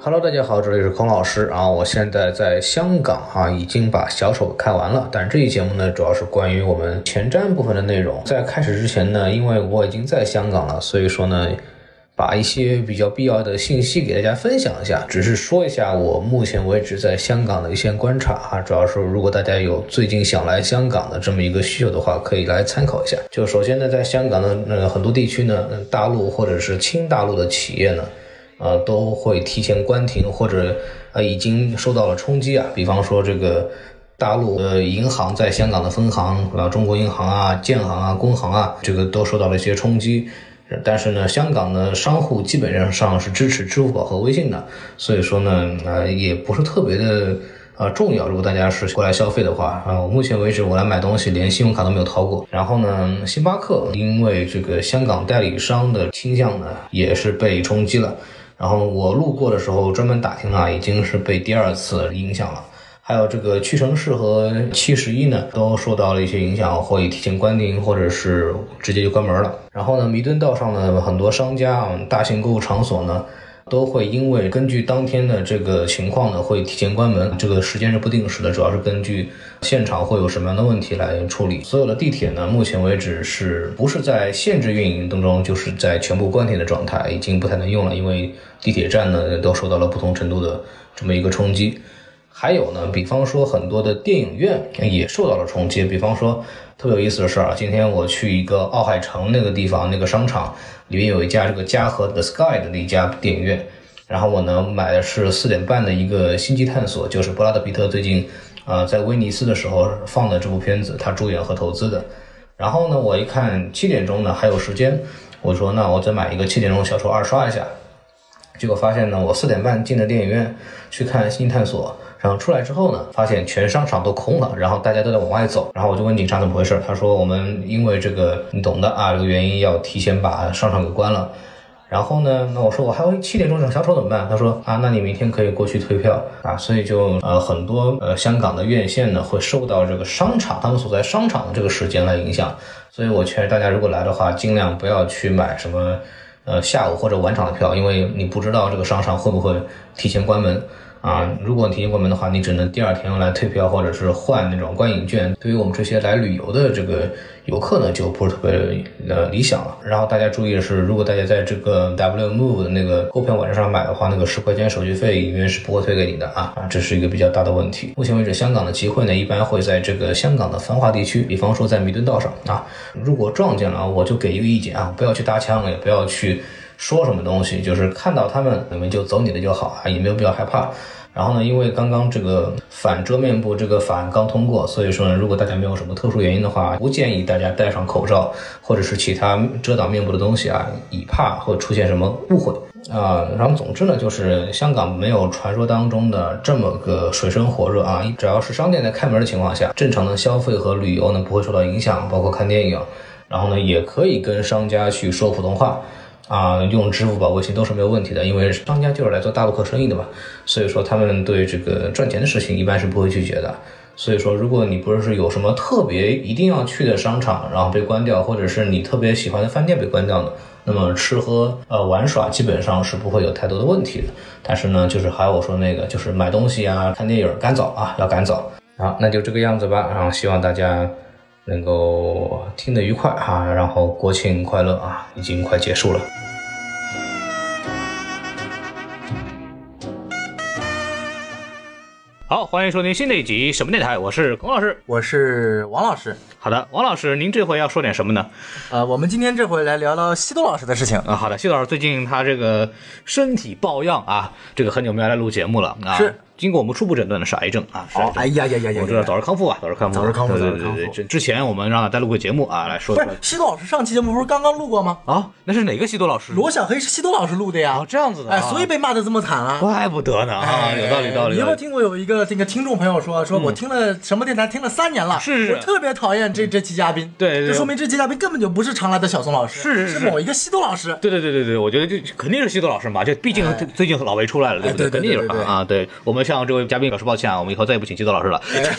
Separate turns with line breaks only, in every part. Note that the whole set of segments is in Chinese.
Hello，大家好，这里是孔老师啊，我现在在香港啊，已经把《小丑》看完了，但是这期节目呢，主要是关于我们前瞻部分的内容。在开始之前呢，因为我已经在香港了，所以说呢，把一些比较必要的信息给大家分享一下，只是说一下我目前为止在香港的一些观察啊，主要是如果大家有最近想来香港的这么一个需求的话，可以来参考一下。就首先呢，在香港的呃很多地区呢，呃大陆或者是亲大陆的企业呢。呃，都会提前关停或者呃已经受到了冲击啊。比方说这个大陆的银行在香港的分行，啊，中国银行啊、建行啊、工行啊，这个都受到了一些冲击。呃但是呢，香港的商户基本上是支持支付宝和微信的，所以说呢，呃，也不是特别的呃重要。如果大家是过来消费的话，啊、我目前为止我来买东西连信用卡都没有掏过。然后呢，星巴克因为这个香港代理商的倾向呢，也是被冲击了。然后我路过的时候专门打听啊，已经是被第二次影响了。还有这个屈臣氏和七十一呢，都受到了一些影响，会提前关停，或者是直接就关门了。然后呢，弥敦道上呢，很多商家啊、大型购物场所呢，都会因为根据当天的这个情况呢，会提前关门。这个时间是不定时的，主要是根据现场会有什么样的问题来处理。所有的地铁呢，目前为止是不是在限制运营当中，就是在全部关停的状态，已经不太能用了，因为地铁站呢都受到了不同程度的这么一个冲击。还有呢，比方说很多的电影院也受到了冲击。比方说，特别有意思的事儿啊，今天我去一个奥海城那个地方那个商场，里面有一家这个嘉禾 The Sky 的那家电影院，然后我呢买的是四点半的一个《星际探索》，就是布拉德皮特最近呃在威尼斯的时候放的这部片子，他主演和投资的。然后呢，我一看七点钟呢还有时间，我说那我再买一个七点钟小丑二刷一下。结果发现呢，我四点半进的电影院去看《新探索》，然后出来之后呢，发现全商场都空了，然后大家都在往外走。然后我就问警察怎么回事，他说我们因为这个你懂的啊，这个原因要提前把商场给关了。然后呢，那我说我还有七点钟找小丑怎么办？他说啊，那你明天可以过去退票啊。所以就呃很多呃香港的院线呢会受到这个商场他们所在商场的这个时间来影响。所以我劝大家如果来的话，尽量不要去买什么呃下午或者晚场的票，因为你不知道这个商场会不会提前关门。啊，如果你提前关门的话，你只能第二天用来退票或者是换那种观影券。对于我们这些来旅游的这个游客呢，就不是特别呃理想了。然后大家注意的是，如果大家在这个 W Move 的那个购票网站上买的话，那个十块钱手续费影院是不会退给你的啊啊，这是一个比较大的问题。目前为止，香港的集会呢，一般会在这个香港的繁华地区，比方说在弥敦道上啊，如果撞见了，我就给一个意见啊，不要去搭腔，也不要去。说什么东西，就是看到他们，你们就走你的就好啊，也没有必要害怕。然后呢，因为刚刚这个反遮面部这个法案刚通过，所以说呢，如果大家没有什么特殊原因的话，不建议大家戴上口罩或者是其他遮挡面部的东西啊，以怕会出现什么误会啊。然后总之呢，就是香港没有传说当中的这么个水深火热啊，只要是商店在开门的情况下，正常的消费和旅游呢不会受到影响，包括看电影，然后呢也可以跟商家去说普通话。啊，用支付宝、微信都是没有问题的，因为商家就是来做大陆客生意的嘛，所以说他们对这个赚钱的事情一般是不会拒绝的。所以说，如果你不是有什么特别一定要去的商场，然后被关掉，或者是你特别喜欢的饭店被关掉呢，那么吃喝呃玩耍基本上是不会有太多的问题的。但是呢，就是还有我说那个，就是买东西啊、看电影赶早啊，要赶早。好，那就这个样子吧，然后希望大家。能够听得愉快啊，然后国庆快乐啊，已经快结束了。好，欢迎收听新的一集什么电台，我是孔老师。
我是王老师，
好的，王老师，您这回要说点什么呢？
呃，我们今天这回来聊聊西多老师的事情。
啊，好的，谢老师最近他这个身体抱恙啊，这个很久没有来录节目了啊。
是，
经过我们初步诊断的是癌症啊。是癌
哦
症，
哎呀呀呀呀！
我知道，早日康复啊，早日康复，
早日康复
对
早
对
日
对
康
对
复
之之前我们让他再录个节目啊，来说
不
说
是西多老师上期节目不是刚刚录过吗？
啊，那是哪个西多老师？
罗小黑是西多老师录的呀
哦，。这样子的啊，
哎，所以哎被骂的这么惨啊。
怪不得呢啊，有道理，道理。
你
道
有没有
理嗯
听过有一个这个听众朋友说，说我听了什么电台听了三年了，
是是嗯
我特别讨厌这这期嘉宾。
对对对
这说明这期嘉宾根本就不是常来的小宋老师，
是是是
是某一个西多老师。
对对对对对，我觉得就肯定是西多老师嘛，就毕竟
哎
最近老魏出来了，对不
哎对
肯
对
定有
对对对
啊。对我们向这位嘉宾表示抱歉啊，我们以后再也不请西多老师了。
哎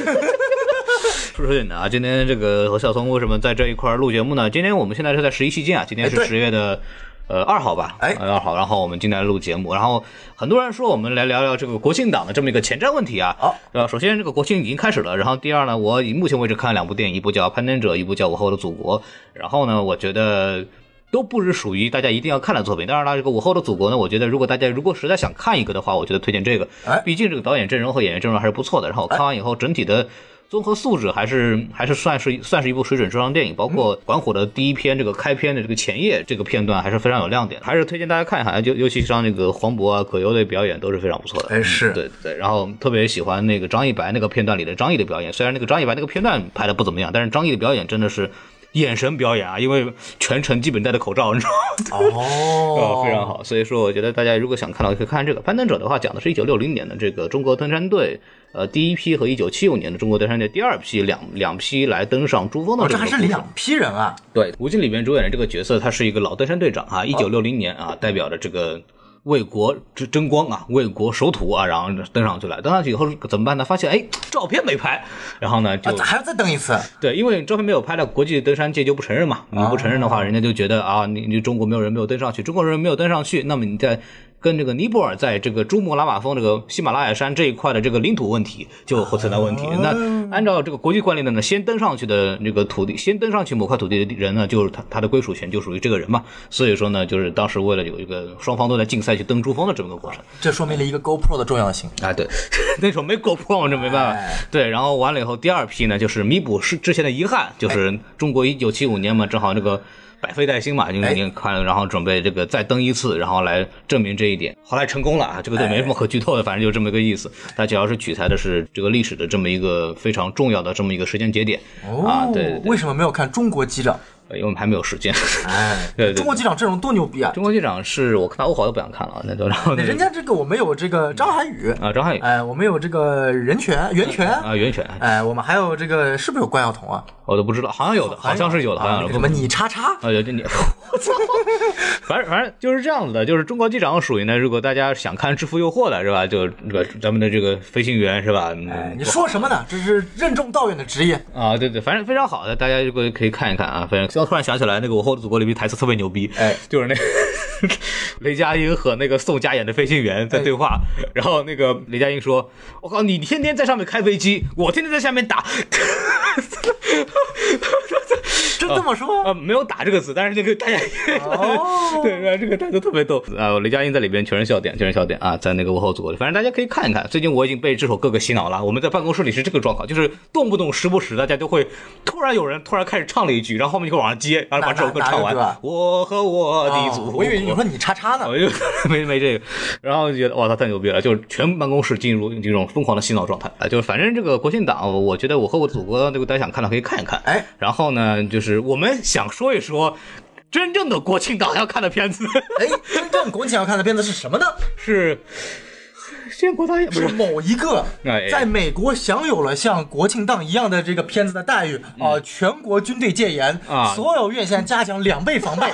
说说你呢啊，今天这个和小松为什么在这一块儿录节目呢？今天我们现在是在十一期间啊，今天
哎
是
对
十月的呃二号吧，
哎
呃二号，然后我们今天录节目，然后很多人说我们来聊聊这个国庆档的这么一个前瞻问题啊，
好
呃，首先这个国庆已经开始了，然后第二呢，我以目前为止看了两部电影，一部叫《攀登者》，一部叫《我和我的祖国》，然后呢，我觉得。都不是属于大家一定要看的作品。当然了，这个《我和我的祖国》呢，我觉得如果大家如果实在想看一个的话，我觉得推荐这个
哎。
毕竟这个导演阵容和演员阵容还是不错的。然后我看完以后，整体的综合素质还是还是算是算是一部水准之上的电影。包括管虎的第一篇这个开篇的这个前夜这个片段还是非常有亮点的，还是推荐大家看一看。尤尤其像那个黄渤啊、葛优的表演都是非常不错的。嗯
哎是
对对，然后特别喜欢那个张一白那个片段里的张译的表演，虽然那个张一白那个片段拍的不怎么样，但是张译的表演真的是眼神表演啊，因为全程基本戴着口罩，你知道吗？
哦
哦， 非常。好。所以说，我觉得大家如果想看到，可以看看这个《攀登者》的话，讲的是一九六零年的这个中国登山队，呃，第一批和一九七五年的中国登山队第二批两两批来登上珠峰的
哦，
这个
这还
故事、
是两批人啊！
对，吴京里边主演的这个角色，他是一个老登山队长啊，一九六零年啊，代表着这个为国之争光啊，为国守土啊，然后登上去了。登上去以后怎么办呢？发现哎，照片没拍，然后呢就
啊，咋还要再登一次？
对，因为照片没有拍到，国际登山界就不承认嘛。你不承认的话，人家就觉得啊，你你中国没有人没有登上去，中国人没有登上去，那么你在跟这个尼泊尔在这个珠穆朗玛峰这个喜马拉雅山这一块的这个领土问题就会存在问题。那按照这个国际惯例呢，先登上去的那个土地，先登上去某块土地的人呢，就是他他的归属权就属于这个人嘛。所以说呢，就是当时为了有一个双方都在竞赛去登珠峰的这么个过程。
这说明了一个 GoPro 的重要性。
啊， 对，那时候没国破嘛，这没办法。
哎
对，然后完了以后，第二批呢，就是弥补是之前的遗憾，就是中国一九七五年嘛，正好那个百废待兴嘛，就是您看了，然后准备这个再登一次，然后来证明这一点。后来成功了啊，这个就没什么可剧透的，反正就这么一个意思。它主要是取材的是这个历史的这么一个非常重要的这么一个时间节点、啊，对对对，
为什么没有看中国机长？
因为我们还没有时间。
哎，
对对对
中国机长阵容多牛逼啊！
中国机长是我看到欧豪都不想看了，那就然后那
人家这个我们有这个张涵予，
啊张翰宇
哎，我们有这个任泉、袁泉，
啊袁泉，
哎，我们还有这个是不是有关晓彤啊？
我都不知道，好像有的，好像是有的，好像
啊
有的
什么你叉叉，
啊，有这你，我操！反正反正就是这样子的，就是中国机长属于呢，如果大家想看《制服诱惑》的是吧？就这个咱们的这个飞行员是吧？嗯
哎，你说什么呢？这是任重道远的职业。
啊，对对，反正非常好的，大家如果可以看一看啊。反正我突然想起来，那个《我和我的祖国》里面台词特别牛逼，
哎，
就是那 雷佳音和那个宋佳演的飞行员在对话，
哎
然后那个雷佳音说：“我靠，你天天在上面开飞机，我天天在下面打。”
真这么说？
啊，没有打这个字，但是那个大家、
哦
对，然后这个台词特别逗啊！雷佳音在里边全是笑点，全是笑点啊！在那个幕后组，反正大家可以看一看。最近我已经被这首歌给洗脑了。我们在办公室里是这个状况，就是动不动时不时大家就会突然有人突然开始唱了一句，然后后面就往上接，然后把这首歌唱
哪哪哪
完
个歌。
我和我的祖
哦
国，
我以为你说你叉叉呢。
我 就没没这个，然后就觉得哇，他太牛逼了，就是全办公室进入这种疯狂的洗脑状态啊！就是反正这个国庆档，我我觉得我和我祖国，这个大家想看的可以看一看。
哎，
然后呢，就是我们想说一说真正的国庆档要看的片子
哎，真正国庆要看的片子是什么呢？
是建国大业不
是
是？
某一个
哎
在美国享有了像国庆档一样的这个片子的待遇啊，全国军队戒严
嗯啊
所有院线加强两倍防备，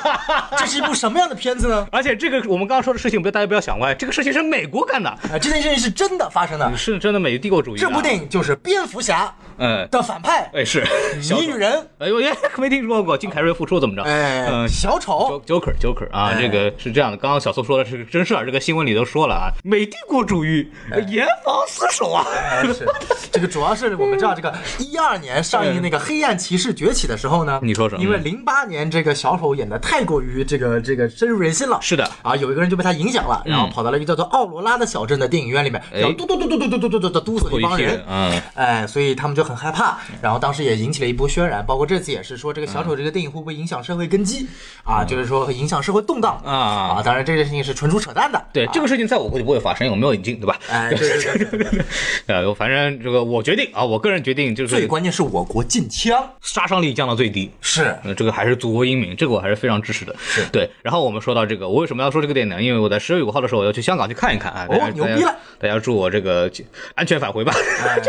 这是一部什么样的片子呢？
而且这个我们刚刚说的事情，不要大家不要想歪，这个事情是美国干的，
啊，这件事情是真的发生的。
是真的美帝国主义、啊。
这部电影就是蝙蝠侠
嗯，
的反派
哎 是，小
谜语人，
哎呦，也没听说过金凯瑞复出怎么着？
哎，
嗯，
小丑，
Joker Joker 啊，这个是这样的，刚刚小苏说的是真事儿，这个新闻里都说了啊，美帝国主义呃严防死守啊，
哎，是这个，主要是我们知道这个一二年上映那个《黑暗骑士崛起》的时候呢，
你说什么
因为零八年这个小丑演的太过于这个这个深入人心了，
是的
啊，有一个人就被他影响了，然后跑到了一个叫做奥罗拉的小镇的电影院里面，然后嘟嘟嘟嘟嘟嘟嘟嘟嘟嘟嘟死了一帮
一批
人
人，嗯
哎，所以他们就很害怕，然后当时也引起了一波轩然，包括这次也是说这个小丑这个电影会不会影响社会根基啊，就是说会影响社会动荡
啊
啊，当然这件事情是纯属扯淡的，
对这个事情在我国就不会发生，我没有引进，对吧？
啊哎，对对对对对，
呃，我反正这个我决定啊，我个人决定就
最
是
关键是我国禁枪
杀伤力降到最低。
是。
呃，这个还是祖国英明，这个我还是非常支持的。对。然后我们说到这个，我为什么要说这个电影呢？因为我在十月五号的时候我要去香港去看一看啊。
哦
大家
牛逼了！
大家大家祝我这个安全返回吧。
嗯哎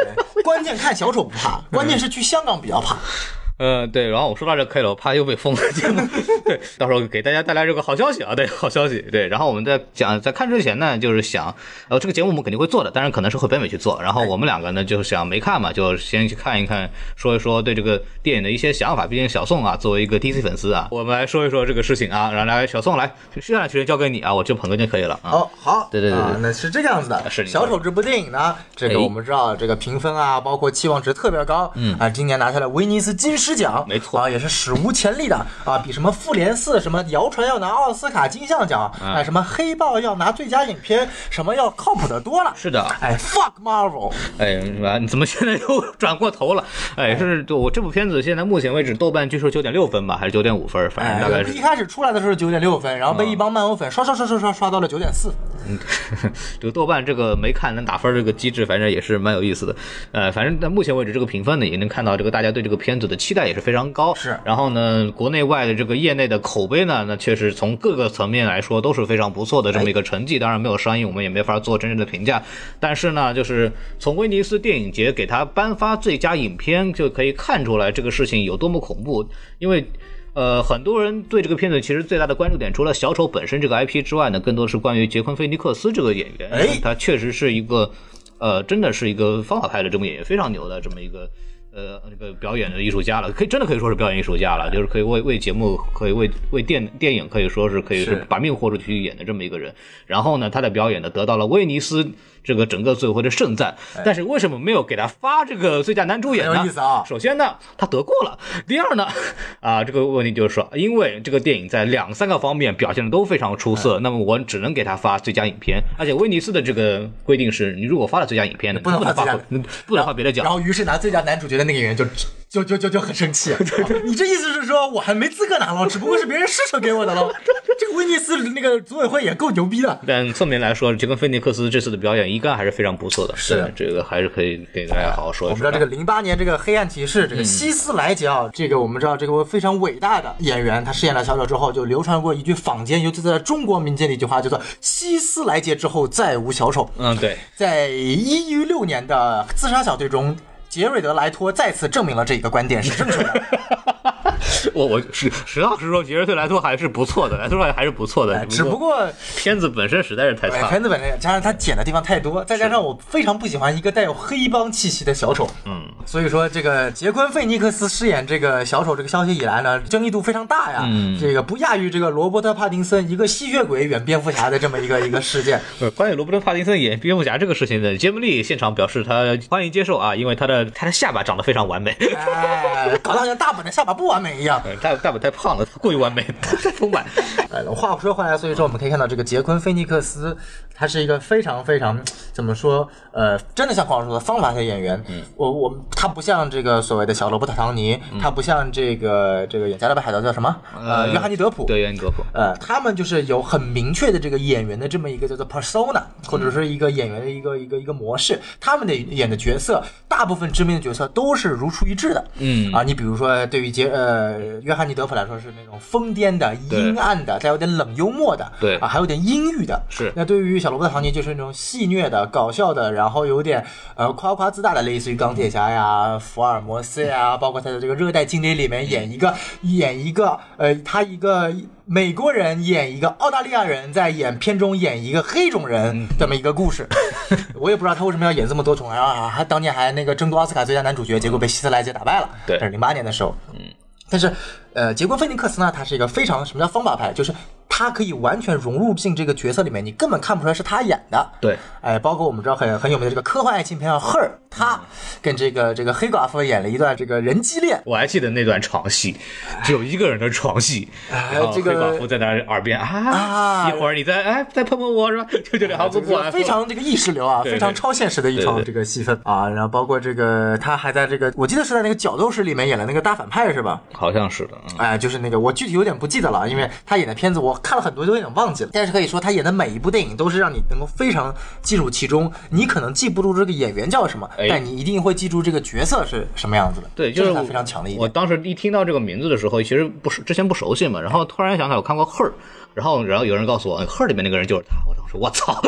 关键看小丑不怕，关键是去香港比较怕。
呃，对，然后我说到这可以了，我怕又被封了 节目。对，到时候给大家带来这个好消息啊，对，好消息。对，然后我们在讲在看之前呢，就是想，呃，这个节目我们肯定会做的，当然可能是会北美去做。然后我们两个呢，就是想没看嘛，就先去看一看，说一说对这个电影的一些想法。毕竟小宋啊，作为一个 DC 粉丝啊，我们来说一说这个事情啊。然后来，小宋来，剩下的时间交给你啊，我就捧哏就可以了啊。
哦，好，
对对对对
啊那是这个样子的。
是的
小丑这部电影呢，这
哎
个我们知道，这个评分啊，包括期望值特别高，嗯啊，今年拿下了威尼斯金狮奖，
没错
啊，也是史无前例的啊，比什么复联四什么谣传要拿奥斯卡金像
啊
奖，哎，什么黑豹要拿最佳影片，什么要靠谱的多了。
是的，
哎，fuck Marvel，
哎，完，你怎么现在又转过头了？哎，是，就我这部片子现在目前为止，豆瓣据说九点六分吧，还是九点五分，反正
哎
大概，
一
是，嗯
开始出来的时候九点六分，然后被一帮漫游粉刷刷刷刷刷刷到了九点四分。
这个豆瓣这个没看能打分这个机制，反正也是蛮有意思的。呃，反正在目前为止这个评分呢，也能看到这个大家对这个片子的期待也是非常高。
是
然后呢，国内外的这个业内的口碑呢，那确实从各个层面来说都是非常不错的这么一个成绩。当然没有上映，我们也没法做真正的评价。但是呢，就是从威尼斯电影节给他颁发最佳影片，就可以看出来这个事情有多么恐怖，因为。呃，很多人对这个片子其实最大的关注点，除了小丑本身这个 IP 之外呢，更多是关于杰昆·菲尼克斯这个演员，
哎
他确实是一个，呃，真的是一个方法派的这么演员，非常牛的这么一个。呃，这个表演的艺术家了，可以真的可以说是表演艺术家了，就是可以为为节目，可以为为电电影，可以说是可以
是
把命豁出去去演的这么一个人。然后呢，他的表演呢得到了威尼斯这个整个最后的盛赞，但是为什么没有给他发这个最佳男主演呢？
哎很有意思啊
首先呢，他得过了；第二呢，啊，这个问题就是说，因为这个电影在两三个方面表现的都非常出色，
嗯
那么我只能给他发最佳影片。而且威尼斯的这个规定是，你如果发了最佳影片呢，
不能
你不能发
发最佳
别的，不能发别的奖
然。后于是拿最佳男主角的那个演员就就就就就很生气、啊你这意思是说我还没资格拿喽，只不过是别人施舍给我的喽。这个威尼斯那个组委会也够牛逼的。
但侧面来说，杰昆·菲尼克斯这次的表演应该还是非常不错的，
是
对这个还是可以给大家好好说一说。
我们知道这个零八年这个《黑暗骑士》，这个希斯莱杰啊，这个我们知道这个非常伟大的演员，他饰演了小丑之后，就流传过一句坊间，尤其在中国民间的一句话，叫做“希斯莱杰之后再无小丑”。
嗯， 对，
在一一六年的自杀小队中，杰瑞德·莱托再次证明了这一个观点是正确 的。
我我实实话实说，杰瑞对莱托还是不错的，莱托还是不错的，
只不过
片子本身实在是太
对，
差了。
片子本身加上他剪的地方太多，再加上我非常不喜欢一个带有黑帮气息的小丑，嗯，所以说这个杰昆·费尼克斯饰演这个小丑这个消息以来呢，争议度非常大呀，嗯，这个不亚于这个罗伯特·帕丁森一个吸血鬼演蝙蝠侠的这么一个一个事 件，
呃，关于罗伯特·帕丁森演蝙蝠侠这个事情呢，杰姆利现场表示他欢迎接受啊，因为他的他的下巴长得非常完 美，
哎，搞得好像大本的下巴不完美一样。
呃大大本太胖了，过于完美，太丰满。
哎，话说回来，所以说我们可以看到这个杰昆·菲尼克斯，他是一个非常非常怎么说，呃，真的像黄老师说的方法型演员。嗯，我我他不像这个所谓的小罗伯特·唐尼，他不像这个这个演《加勒比海盗》叫什么？呃，约翰尼·德普。
对，约翰尼·德普。
呃，他们就是有很明确的这个演员的这么一个叫做
嗯
persona，或者是一个演员的一个一个一个模式。他们的演的角色，大部分知名的角色都是如出一辙的。
嗯
啊，你比如说对于杰呃约翰尼德普来说是那种疯癫的、阴暗的，带有点冷幽默的，
对
啊，还有点阴郁的。
是
那对于小罗伯特·唐尼就是那种戏谑的、搞笑的，然后有点呃夸夸自大的，类似于钢铁侠呀、福尔摩斯呀，包括他的这个《热带经理》里面演一个演一个呃，他一个美国人演一个澳大利亚人，在演片中演一个黑种人这么一个故事。我也不知道他为什么要演这么多重，然后还还当年还那个争夺奥斯卡最佳男主角，结果被希斯莱杰打败了。
对
这是零八年的时候。但是，呃，杰昆·菲尼克斯呢，他是一个非常什么叫方法派，就是他可以完全融入进这个角色里面，你根本看不出来是他演的。
对，
哎，包括我们知道很很有名的这个科幻爱情片《Her》，他啊
嗯
跟这个这个黑寡妇演了一段这个人机恋。
我还记得那段床戏，只有一个人的床戏，
哎
然后
这
黑
个
寡妇在那儿耳边啊，
啊
一会儿你再哎再碰碰我是吧？ 就这两行
这
不不
个
安
非常这个意识流啊，
对
非常超现实的一场
对对
这个戏份啊，然后包括这个他还在这个，我记得是在那个角斗士里面演了那个大反派是吧？
好像是的，嗯
哎，就是那个，我具体有点不记得了，因为他演的片子我看了很多，都有点忘记了。但是可以说，他演的每一部电影都是让你能够非常进入其中。你可能记不住这个演员叫什么，
哎
但你一定会记住这个角色是什么样子的。
对，就
这
是是
他
我
非常强的一
我
点。
当时一听到这个名字的时候，其实不是之前不熟悉嘛，然后突然想起来我看过《Her》，然后然后有人告诉我，《Her》里面那个人就是他，我当时说我操，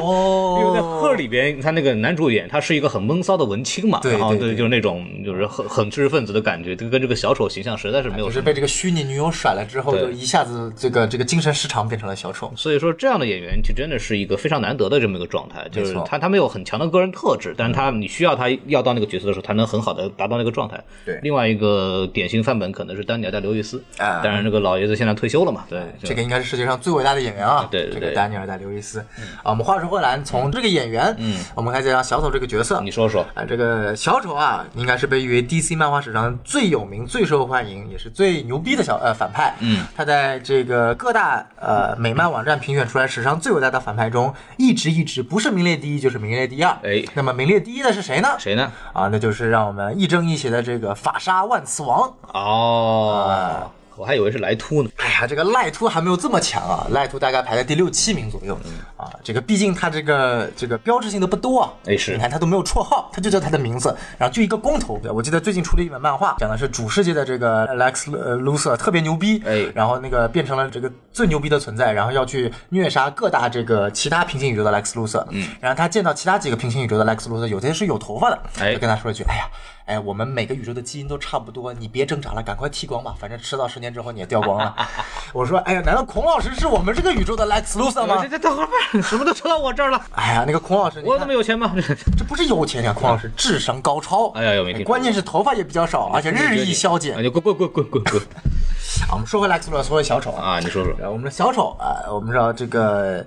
哦，
因为在《赫》里边，他那个男主演他是一个很闷骚的文青嘛，
对
然后
对对
就是那种就是很很知识分子的感觉，这个跟这个小丑形象实在是没有
就
什
是
么。
被这个虚拟女友甩了之后，
对
就一下子这个这个精神失常变成了小丑。
所以说，这样的演员就真的是一个非常难得的这么一个状态，就是
没错
他他没有嗯很强的个人特质，但是他你需要他要到那个角色的时候，他能很好的达到那个状态。
对
另外一个典型范本可能是丹尼尔戴刘易斯，
啊
当然这个老爷子现在退休了嘛，对，就
这个应该是世界上最伟大的演员啊，
对对对嗯
这个丹尼尔戴刘易斯、啊。我们话说回来，从这个演员，嗯，我们开始讲小丑这个角色。
你说说，
啊，这个小丑啊，应该是被誉为 DC 漫画史上最有名、最受欢迎，也是最牛逼的小呃反派。嗯，他在这个各大呃美漫网站评选出来史上最伟大的反派中，一直一直不是名列第一就是名列第二。
哎
那么名列第一的是谁呢？
谁呢？
啊，那就是让我们亦正亦邪的这个法沙万磁王。啊
哦，我还以为是莱秃呢。
哎呀，这个赖秃还没有这么强啊，赖秃大概排在第六七名左右、
嗯
啊。这个毕竟他这个这个标志性的不多啊，
哎是
你看他都没有绰号，他就叫他的名字，然后就一个光头。我记得最近出了一本漫画，讲的是主世界的这个 Lex 呃 Luthor 特别牛逼，
哎
然后那个变成了这个最牛逼的存在，然后要去虐杀各大这个其他平行宇宙的 Lex Luthor。嗯，然后他见到其他几个平行宇宙的 Lex Luthor，有些是有头发的，
哎
就跟他说了一句，哎呀。哎，我们每个宇宙的基因都差不多，你别挣扎了，赶快剃光吧，反正迟早十年之后你也掉光了。 我说，哎呀，难道孔老师是我们这个宇宙的 Lex Luthor 吗
这？这等会儿，什么都扯到我这儿了。
哎呀，那个孔老师，你
我
看
那么有钱吗？
这不是有钱呀，孔老师智商高超。
哎呀有没听说过
关键是头发也比较少，而且日益消减。
啊，你滚滚滚滚滚滚
啊我们说回 Lex Luthor，说回小丑啊，
啊！你说 说，
呃我们的小丑啊、我们知道这个。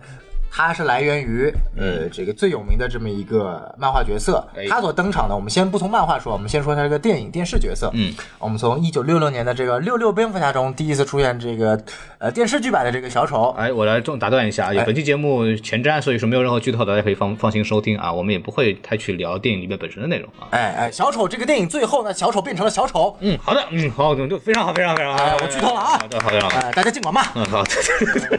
他是来源于呃这个最有名的这么一个漫画角色
哎，
他所登场的，我们先不从漫画说，我们先说他这个电影电视角色。嗯，我们从一九六六年的这个《六六蝙蝠侠》中第一次出现这个呃电视剧版的这个小丑，
哎，我来中打断一下，有
哎
本期节目前瞻，所以说没有任何剧透，大家可以放放心收听啊。我们也不会太去聊电影里面本身的内容啊。
哎哎，小丑这个电影最后呢，小丑变成了小丑，
嗯，好的，嗯，好，就非常好，非常好非常好
哎。我剧透了啊
好的，好的，好的。
呃，大家尽管骂。
嗯，好，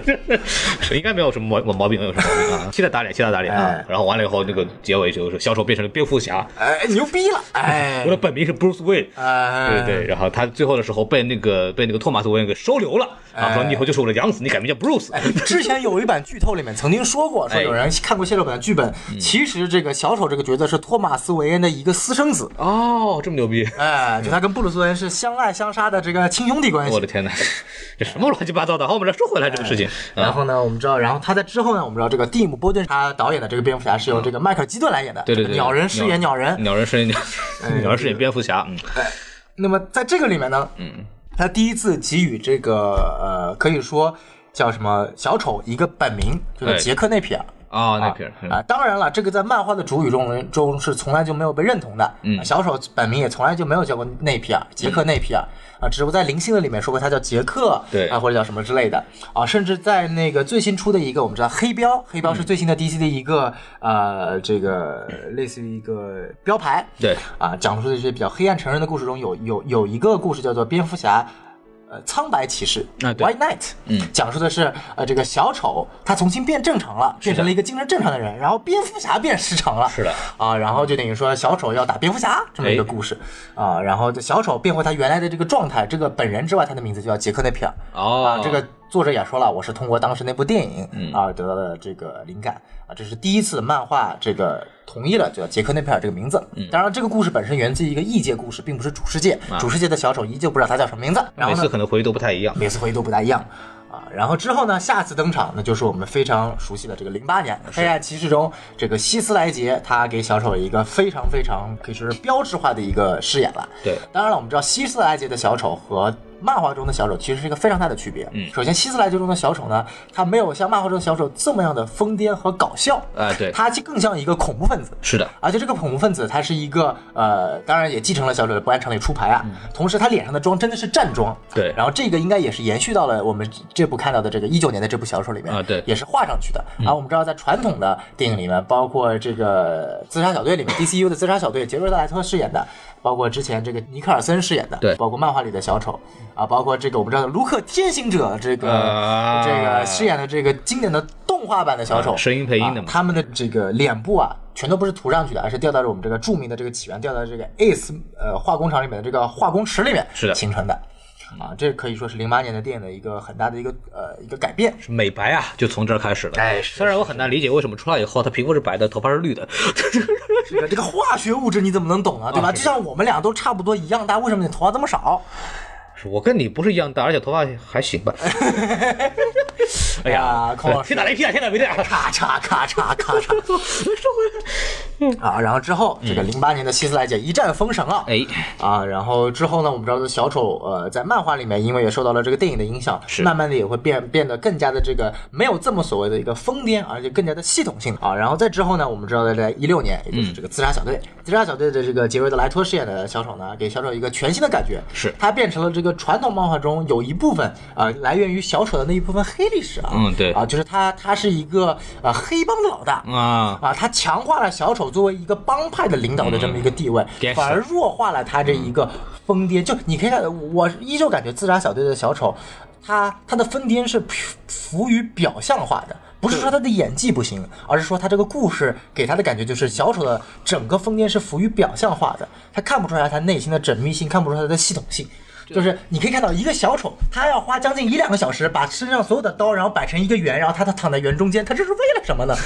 是应该没有什么毛毛病，没有什么毛病啊。期待打脸，期待打脸啊
哎！
然后完了以后，那个结尾就是小丑变成了蝙蝠侠，
哎，牛逼了！哎
我，的本名是 Bruce Wayne，
哎，
对对，然后他最后的时候被那个被那个托马斯·韦恩给收留了，然后说
哎
你以后就是我的养子，你改名叫 Bruce。
之前有一版剧透里面曾经说过，
哎
说有人看过泄露版的剧本，
嗯
其实这个小丑这个角色是托马斯·韦恩的一个私生子。
哦，这么牛逼！
哎，就他跟布鲁斯·韦恩是相爱相杀的这个亲兄弟关
我
系。
的天哪，这什么乱七八糟的？好，我们来说回来这个事情
然
啊，
后呢，我们知道，然后他在之后呢，我们知道这个蒂姆·波顿他导演的这个蝙蝠侠是由这个迈克尔·基顿来演的，
对对对，嗯
鸟人饰演鸟人，哎
鸟人饰演鸟， 鸟人饰演蝙蝠侠，嗯，
那么在这个里面呢，嗯，他第一次给予这个呃，可以说叫什么小丑一个本名，就
哎
是杰克内皮尔。
啊，那
啊
片儿
啊，当然了，这个在漫画的主语中中是从来就没有被认同的。嗯，小丑本名也从来就没有叫过内皮尔，杰克内皮尔、啊，只有在零星的里面说过他叫杰克，
对
啊，或者叫什么之类的啊，甚至在那个最新出的一个，我们知道黑标，黑标是最新的 DC 的一个、呃，这个类似于一个标牌，
对
啊，讲述的一些比较黑暗成人的故事中有有有一个故事叫做蝙蝠侠。呃，苍白骑士、
啊对
w h i t e Knight，嗯，讲述的是呃，这个小丑他重新变正常了，变成了一个精神正常的人，然后蝙蝠侠变失常了，
是的，
啊，然后就等于说小丑要打蝙蝠侠这么一个
哎
故事、啊，然后这小丑变回他原来的这个状态，这个本人之外，他的名字就叫杰克内皮尔，啊
哦，，嗯
这个作者也说了，我是通过当时那部电影啊得到的这个灵感啊，这是第一次漫画这个同意了叫杰克内佩尔这个名字。
嗯
当然，这个故事本身源自于一个异界故事，并不是主世界，主世界的小丑依旧不知道他叫什么名字。然
啊每
后
次
呢，
可能回忆都不太一样，
每次回忆都不大一样。啊，然后之后呢？下次登场，那就是我们非常熟悉的这个零八年《黑暗骑士》中，这个希斯莱杰他给小丑一个非常非常可以说是标志化的一个饰演了。
对，
当然了，我们知道希斯莱杰的小丑和漫画中的小丑其实是一个非常大的区别。嗯，首先希斯莱杰中的小丑呢，他没有像漫画中的小丑这么样的疯癫和搞笑，
哎对，
他就更像一个恐怖分子。
是的，
而且啊这个恐怖分子他是一个呃，当然也继承了小丑的不按常理出牌啊，同时他脸上的妆真的是战妆。
嗯对
然后这个应该也是延续到了我们这部看到的这个一九年的这部小丑里面
啊对嗯
也是画上去的。然后我们知道，在传统的电影里面，包括这个自杀小队里面，DCU 的自杀小队，杰瑞·德莱特饰演的，包括之前这个尼克尔森饰演的，
对
包括漫画里的小丑啊，包括这个我们知道的卢克天行者这个、
啊
这个饰演的这个经典的动画版的小丑，
啊声音配音的嘛
啊他们的这个脸部啊，全都不是涂上去的，而是掉到了我们这个著名的这个起源，掉到这个 Ace 呃化工厂里面的这个化工池里面
是的
形成的。啊，这可以说是零八年的电影的一个很大的一个呃一个改变。
是美白啊，就从这儿开始了。
哎是
虽然我很难理解为什么出来以后他皮肤是白的，头发是绿的，
这个这个化学物质你怎么能懂啊？对吧？
啊
就是像我们俩都差不多一样大，为什么你头发这么少？
是我跟你不是一样大，而且头发还行 吧。哎
啊
呀，
孔 老师
天打雷劈啊，天打雷劈啊！
咔嚓咔嚓咔 嚓啊！然后之后这个零八年的希斯莱杰一战封神了。
哎，
啊，然后之后呢，我们知道小丑，呃，在漫画里面，因为也受到了这个电影的影响，
是
慢慢的也会变变得更加的这个没有这么所谓的一个疯癫，而且更加的系统性啊。然后再之后呢，我们知道的在一六年，也
嗯
就是这个自杀小队，自杀小队的这个杰瑞德莱托饰演的小丑呢，给小丑一个全新的感觉，
是
他变成了这个传统漫画中有一部分啊、呃来源于小丑的那一部分黑历史啊，
嗯对
啊，就是他他是一个呃黑帮的老大，
啊，
啊，他强化了小丑作为一个帮派的领导的这么一个地位，
Gangster
反而弱化了他这一个疯癫。就你可以看，我依旧感觉自杀小队的小丑，他他的疯癫是浮于表象化的。不是说他的演技不行，而是说他这个故事给他的感觉就是小丑的整个疯癫是浮于表象化的，他看不出来他内心的缜密性，看不出来他的系统性。就是你可以看到一个小丑，他要花将近一两个小时把身上所有的刀，然后摆成一个圆，然后他他躺在圆中间，他这是为了什么呢？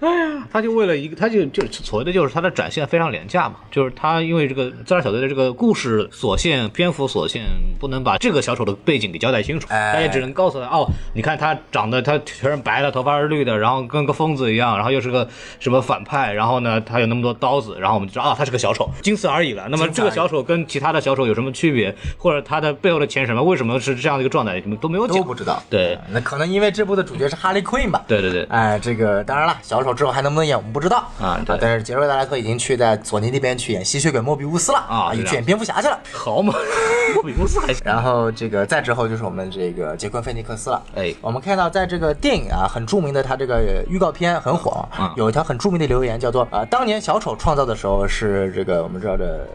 哎他就为了一个，他就就是所谓的就是他的展现非常廉价嘛，就是他因为这个自杀小队的这个故事所限、篇幅所限，不能把这个小丑的背景给交代清楚，
哎
大家只能告诉他哦，你看他长得他全是白的，头发是绿的，然后跟个疯子一样，然后又是个什么反派，然后呢他有那么多刀子，然后我们就知道啊他是个小丑，仅此而已了。那么
仅此
这
而已
个小丑跟其他的小丑有什么区别，或者他的背后的钱是什么，为什么是这样的一个状态，你们都没有
都
讲
不。知道。
对
呃，那可能因为这部的主角是哈利奎因吧。。
对对对，
哎，这个当然了，小丑之后还能不能演我们不知道
啊对
但是杰瑞德莱特已经去在索尼那边去演吸血鬼莫比乌斯了
啊
去
是这样
演蝙蝠侠去了。
好嘛， 比公司还行。
然后这个再之后就是我们这个杰昆菲尼克斯了。
哎
我们看到在这个电影啊很著名的他这个预告片很火，
嗯
有一条很著名的留言叫做啊、呃当年小丑创造的时候是这个我们知道的。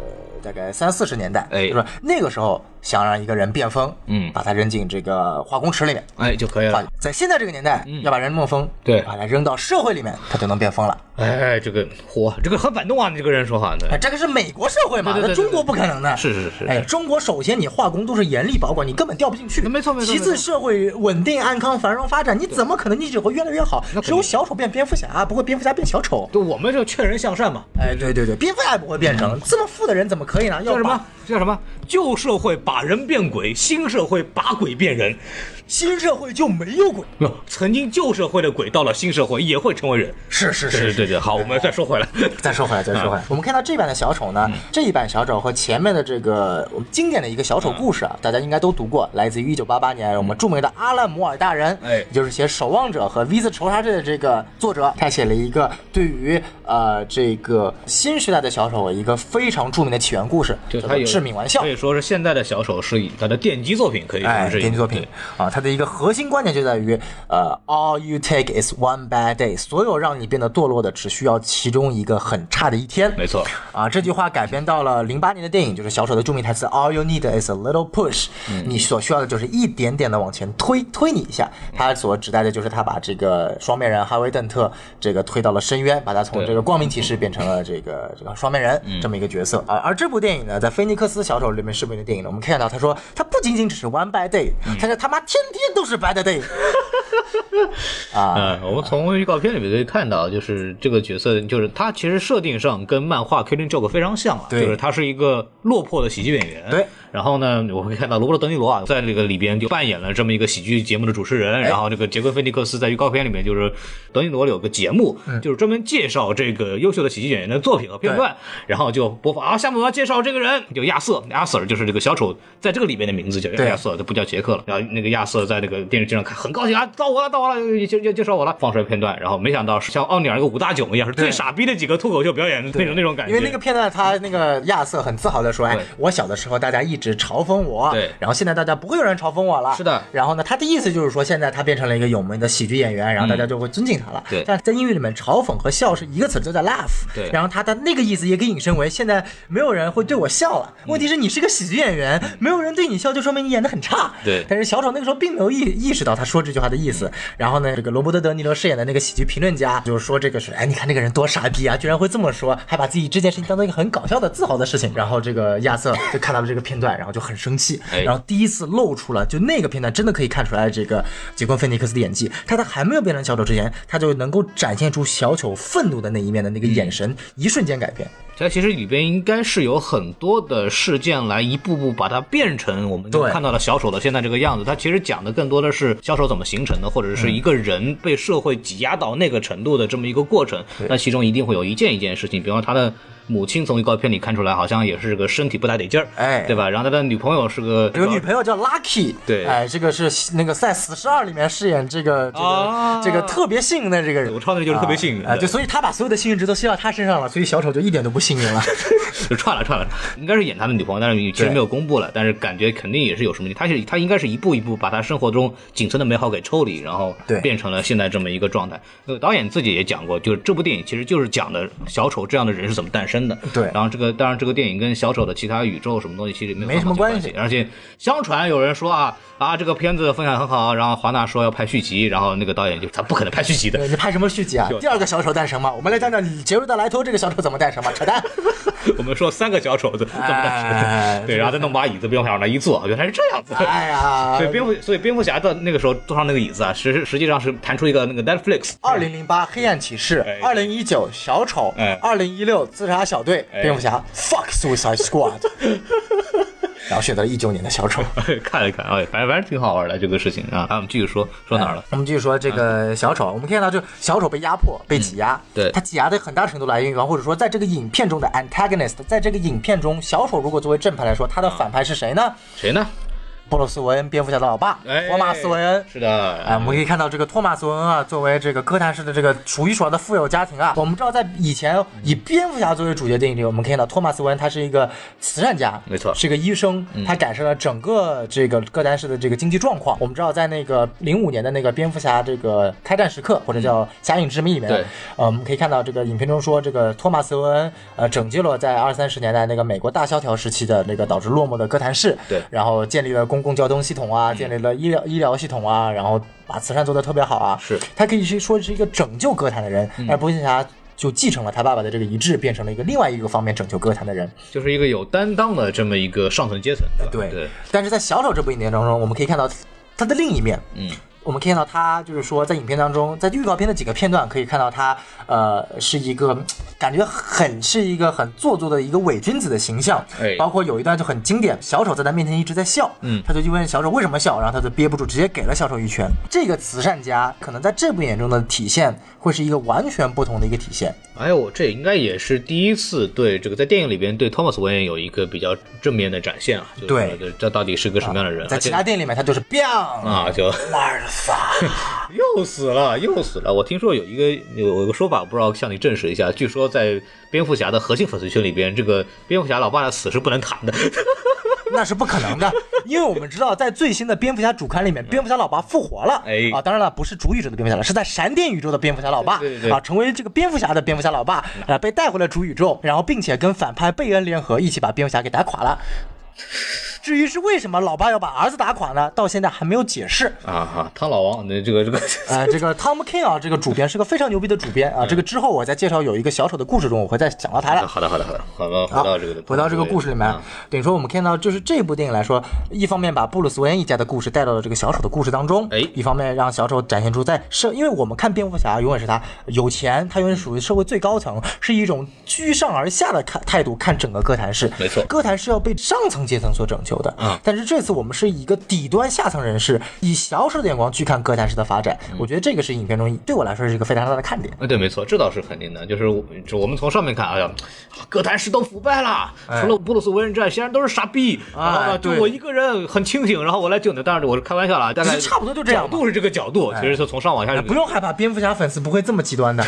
大概三四十年代，
哎
就是吧那个时候想让一个人变疯，
嗯
把他扔进这个化工池里面，
哎就可以了
啊。，在现在这个年代，要把人弄疯，
嗯对
把他扔到社会里面，他就能变疯了。
哎，这个嚯， 这个很反动啊！你这个人说话的，
哎，这个是美国社会嘛，
对对对
那中国不可能的。
是是是
哎，中国首先你化工都是严厉保管，你根本掉不进去。
没错没错
其次，
没错
社会稳定、安康、繁荣发展，你怎么可能你只会越来越好？
那肯定
只有小丑变蝙蝠侠，不会蝙蝠侠变小丑。
就我们就劝人向善嘛，
哎，对对对，蝙蝠侠也不会变成这么富的人，怎么可以呢？要
嗯叫什
把
么？叫什么？旧社会把人变鬼，新社会把鬼变人。
新社会就没有鬼？
不曾经旧社会的鬼到了新社会也会成为人。
是是
对
是
对对对，好，我们再说回来。
再说
嗯
回来，再说回来，我们看到这版的小丑呢，这一版小丑和前面的这个我们经典的一个小丑故事
嗯
啊，大家应该都读过，来自于一九八八年我们著名的阿兰摩尔大人，
哎
也就是写《守望者》和《V 字仇杀队》的这个作者，他写了一个对于呃这个新时代的小丑一个非常著名的起源故事，
就
叫
他
做
有
《致命玩笑
可》。以说是现在的小丑是以他的奠基作品，可以
哎，
说是以
编剧作品
对
啊，它的一个核心观点就在于，呃，all you take is one bad day，所有让你变得堕落的，只需要其中一个很差的一天。
没错。
啊，这句话改编到了零八年的电影，就是小丑的著名台词 “All you need is a little push”，、你所需要的就是一点点的往前推，推你一下。他所指代的就是他把这个双面人哈维·邓特这个推到了深渊，把他从
对
这个光明骑士变成了这个这个双面人这么一个角色。而、而这部电影呢，在菲尼克斯小丑里面饰演的电影呢，我们看到他说他不仅仅只是 one bad day，、他是他妈天天都是 bad day 啊。
嗯，我们从预告片里面可以看到，就是这个角色，就是他其实设定上跟漫画《Killing Joke》非常像了，啊
对
就是他是一个落魄的喜剧演员。
对。
然后呢，我会看到罗伯特·德尼罗啊，在这个里边就扮演了这么一个喜剧节目的主持人。然后这个杰昆·菲尼克斯在预告片里面就是德尼罗有个节目，就是专门介绍这个优秀的喜剧演员的作品和片段，然后就播放啊，下面我要介绍这个人，就亚瑟，亚瑟就是这个小丑在这个里边的名字叫
对
亚瑟。瑟，就不叫杰克了。然后那个亚瑟在那个电视机上看，很高兴啊，到我了，到我了，介介介绍我了，放出来片段。然后没想到是像奥尼尔那个武大囧一样，是最傻逼的几个脱口秀表演那种那种感觉。
因为那个片段，他那个亚瑟很自豪的说：“哎
对，
我小的时候大家一直嘲讽我，
对
然后现在大家不会有人嘲讽我了。”
是的
然后呢，他的意思就是说，现在他变成了一个有名的喜剧演员，然后大家就会尊敬他了。
嗯对
但在英语里面，嘲讽和笑是一个词，就叫 laugh。
对
然后他的那个意思也给引申为，现在没有人会对我笑了。
嗯
问题是你是个喜剧演员，没有人对你笑，就说明你演的很差。
对
但是小丑那个时候并没有意意识到他说这句话的意思。然后呢，这个罗伯特·德尼罗饰演的那个喜剧评论家就是说这个是，哎，你看这个人多傻逼啊，居然会这么说，还把自己这件事情当做一个很搞笑的、自豪的事情。然后这个亚瑟就看到了这个片段，段，然后就很生气，
哎
然后第一次露出了，就那个片段真的可以看出来这个杰昆·菲尼克斯的演技。他在还没有变成小丑之前，他就能够展现出小丑愤怒的那一面的那个眼神，一瞬间改变。
它其实里边应该是有很多的事件来一步步把它变成我们
对
看到了小丑的现在这个样子。它其实讲的更多的是小丑怎么形成的，或者
嗯
是一个人被社会挤压到那个程度的这么一个过程。那其中一定会有一件一件事情，比方说他的母亲从预告片里看出来，好像也是个身体不太得劲儿，
哎
对吧？然后他的女朋友是个
有女朋友叫 Lucky，
对
哎，这个是那个在《死侍二》里面饰演这个这个、
啊
这个特别幸运的这个人，
我唱的就是特别幸运
啊啊，
对
就所以他把所有的幸运值都吸到他身上了，所以小丑就一点都不幸运 了。
就串了串了，应该是演他的女朋友，但是其实没有公布了，但是感觉肯定也是有什么问题。他是他应该是一步一步把他生活中仅存的美好给抽离，然后
对
变成了现在这么一个状态。那个导演自己也讲过，就是这部电影其实就是讲的小丑这样的人是怎么诞生的。
对
然后这个当然这个电影跟小丑的其他宇宙什么东西其实没有
没什么
半毛钱关
关系
而且相传有人说啊啊这个片子分享很好，然后华纳说要拍续集，然后那个导演就他不可能拍续集的，
对你拍什么续集啊？第二个小丑诞生吗？我们来讲讲杰瑞德莱托这个小丑怎么诞生吧，扯淡。
我们说三个小丑怎么怎么诞生的。
哎
对，然后再弄把椅子不用往那一坐，原来是这样子。
哎呀
对，，蝙蝠，所以蝙蝠侠到那个时候坐上那个椅子啊，实实际上是弹出一个那个 Netflix。
二零零八黑暗骑士
哎，
二零一九小丑
哎，
二零一六自杀小队，
哎
蝙蝠侠 Fuck Suicide Squad，然后选择了一九年的小丑。
看了看，哎，反正反正挺好玩的这个事情啊。啊，我们继续说说哪儿了？嗯
我们继续说这个小丑，我们看到就小丑被压迫、被挤压，
对
他挤压的很大程度来源于，或者说在这个影片中的 antagonist，在这个影片中，小丑如果作为正派来说，他的反派是哎谁呢？
谁呢？
布鲁斯·韦恩，蝙蝠侠的老爸，
嗯哎
托马斯·韦恩。
是的，
啊，我们可以看到这个托马斯·韦恩啊，作为这个哥谭市的这个数一数二的富有家庭啊，我们知道在以前
嗯
以蝙蝠侠作为主角电影里，我们看到托马斯·韦恩他是一个慈善家，
没错嗯
是一个医生，他改善了整个这个哥谭市的这个经济状况。我们知道在那个零五年的那个蝙蝠侠这个开战时刻，或者叫《侠影之谜》里面，
嗯对
呃，我们可以看到这个影片中说，这个托马斯·韦恩呃拯救了在二三十年代那个美国大萧条时期的那个导致落寞的哥谭市，
对嗯
然后建立了公共交通系统啊，建立了医疗医疗系统啊，然后把慈善做得特别好啊，
是嗯
他可以去说是一个拯救歌坛的人，而蝙蝠侠。就继承了他爸爸的这个遗志，变成了一个另外一个方面拯救歌坛的人。
就是一个有担当的这么一个上层阶
哎
层。吧对，
但是在小丑这部影片当中，我们可以看到他的另一面。
嗯，
我们可以看到他就是说，在影片当中，在预告片的几个片段可以看到他，呃，是一个嗯感觉很是一个很做作的一个伪君子的形象。
哎
包括有一段就很经典，小丑在他面前一直在笑，
嗯
他就就问小丑为什么笑，然后他就憋不住，直接给了小丑一拳。这个慈善家可能在这部眼中的体现会是一个完全不同的一个体现。
哎呦，这应该也是第一次对这个在电影里边对 Thomas 文彦有一个比较正面的展现啊，就是
对啊
说这到底是个什么样的人？
在
而且
其他电影里面，他就是 biang，
啊，就
马尔法。
又死了，又死了！我听说有一个有有个说法，不知道向你证实一下。据说在蝙蝠侠的核心粉丝群里边，这个蝙蝠侠老爸的死是不能谈的。
那是不可 能的，因为我们知道，在最新的蝙蝠侠主刊里面，蝙蝠侠老爸复活了。
哎
啊，当然了，不是主宇宙的蝙蝠侠了，是在闪电宇宙的蝙蝠侠老爸。
对对对
啊，成为这个蝙蝠侠的蝙蝠侠老爸，呃，被带回了主宇宙，然后并且跟反派贝恩联合，一起把蝙蝠侠给打垮了。至于是为什么老爸要把儿子打垮呢？到现在还没有解释。
啊哈，汤老王，那这个这个，
呃，这个 Tom King 啊，这个主编是个非常牛逼的主编啊。这个之后我在介绍有一个小丑的故事中，我会再讲到他 的。
好的好的好的，好的，回
好，
到这个
啊回到这个故事里面，
啊
等于说我们看到，就是这部电影来说，一方面把布鲁斯·韦恩一家的故事带到了这个小丑的故事当中，
哎
一方面让小丑展现出在社，因为我们看蝙蝠侠永远是他有钱，他永远属于社会最高层，是一种居上而下的看态度看整个哥谭市，
没错
哥谭是要被上层阶层所拯救的，
嗯
但是这次我们是以一个底端下层人士，以小丑的眼光去看哥谭市的发展，
嗯
我觉得这个是影片中对我来说是一个非常大的看点。
啊，对，没错，这倒是肯定的。就是我就我们从上面看，哎呀，哥谭市都腐败了，除了布鲁斯·韦恩之外，其他人都是傻逼。
哎
然后呢，就
对
我一个人很清醒，然后我来救你。当然，我是开玩笑啦，但
其
是
实差不多就这样
角
嘛哎
度是这个角度，其实是从上往下是这个
不用害怕，蝙蝠侠粉丝不会这么极端 的。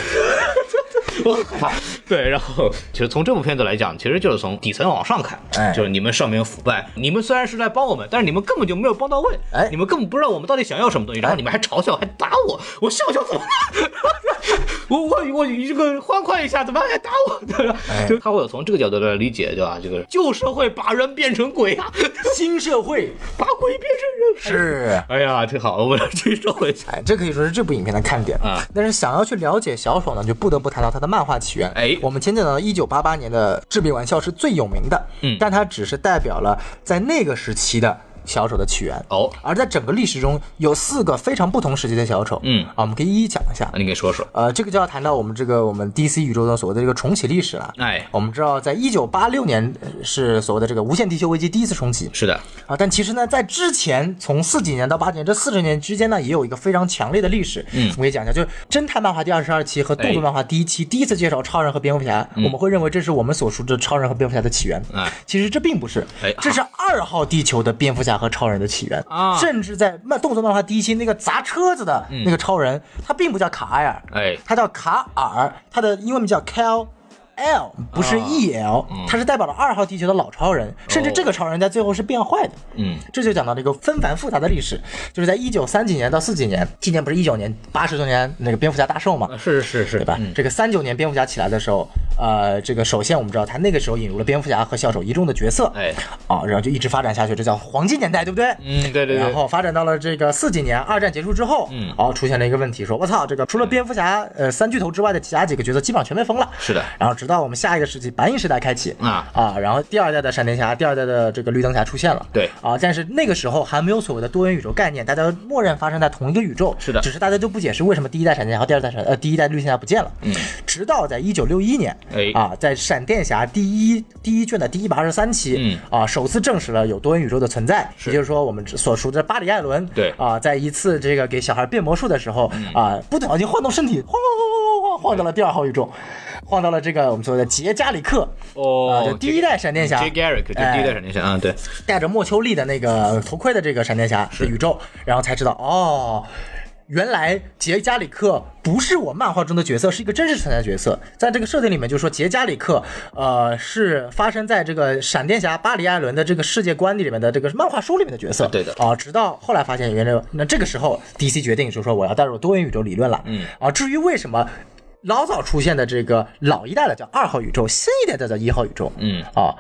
对，然后其实从这部片子来讲，其实就是从底层往上看，
哎
就是你们上面腐败，你们虽然是在帮我们，但是你们根本就没有帮到位，
哎
你们根本不知道我们到底想要什么东西，然后你们还嘲笑，还打我，我笑笑怎么了？ 我我我这个欢快一下，怎么还打我？对吧？
哎
就他会有从这个角度来理解，对吧？这个旧社会把人变成鬼啊，
新社会
把鬼变成人。
是。
哎呀，挺好，我们来追溯回去。
哎，这可以说是这部影片的看点
啊
但是想要去了解小爽呢，就不得不谈到他的漫画起源。
哎
我们前讲到一九八八年的《致命玩笑》是最有名的，
嗯
但它只是代表了在那个时期的小丑的起源。
哦，
而在整个历史中，有四个非常不同时期的小丑。
嗯
啊，我们可以一一讲一下。
那你给说说。
呃，这个就要谈到我们这个我们 DC 宇宙中所谓的这个重启历史了。
哎，
我们知道，在一九八六年呃是所谓的这个无限地球危机第一次重启，
是的，
啊，但其实呢，在之前从四几年到八几年这四十年之间呢，也有一个非常强烈的历史。嗯，我给你讲一下，就是侦探漫画第二十二期和动
哎
作漫画第一期、第一次介绍超人和蝙蝠侠，
嗯
我们会认为这是我们所熟知的超人和蝙蝠侠的起源。
哎
其实这并不是
哎，
这是二号地球的蝙蝠侠和超人的起源
啊嗯
甚至在漫动作漫画第一期那个砸车子的那个超人，他并不叫卡埃尔，
哎
他叫卡尔，他的英文名叫 Cal。L 不是
啊
E L，、他
嗯
是代表了二号地球的老超人，甚至这个超人在最后是变坏的。
哦嗯，
这就讲到了一个纷繁复杂的历史，就是在一九三几年到四几年，今年不是一九年八十周年那个蝙蝠侠大寿嘛，
是是是
对吧？这个三九年蝙蝠侠起来的时候，呃，这个首先我们知道他那个时候引入了蝙蝠侠和小丑一众的角色，
哎，
啊，然后就一直发展下去，这叫黄金年代，对不对？
嗯，对对
然
对，
后发展到了这个四几年，二战结束之后，嗯，然后出现了一个问题，说我操，这个除了蝙蝠侠呃三巨头之外的其他几个角色基本上全被封了。
是的
然后直到我们下一个世纪白银时代开启
啊
啊，然后第二代的闪电侠、第二代的这个绿灯侠出现了。
对
啊，但是那个时候还没有所谓的多元宇宙概念，大家默认发生在同一个宇宙。
是的
只是大家都不解释为什么第一代闪电侠和第二代闪呃第一代绿灯侠不见了。嗯，直到在一九六一年，
哎
啊，在闪电侠第一第一卷的第一百二十三期，
嗯
啊，首次证实了有多元宇宙的存在，也就是说我们所熟知的巴里·艾伦，
对嗯
啊，在一次这个给小孩变魔术的时候，啊，不小心晃动身体，晃晃晃晃晃晃晃到了第二号宇宙，晃到了这个我们所谓的杰加里克，啊，就
哦，
第一哎代闪电侠
J Garrick 就第一代闪电侠啊，对，
戴着莫秋丽的那个头盔的这个闪电侠的宇宙，然后才知道哦。原来杰加里克不是我漫画中的角色，是一个真实存在的角色。在这个设定里面，就说杰加里克，呃，是发生在这个闪电侠巴里·艾伦的这个世界观里面的这个漫画书里面的角色。
对的
啊，直到后来发现，原来那这个时候 DC 决定就说我要带入多元宇宙理论了。嗯啊，至于为什么老早出现的这个老一代的叫二号宇宙，新一代的叫一号宇宙，
嗯
啊。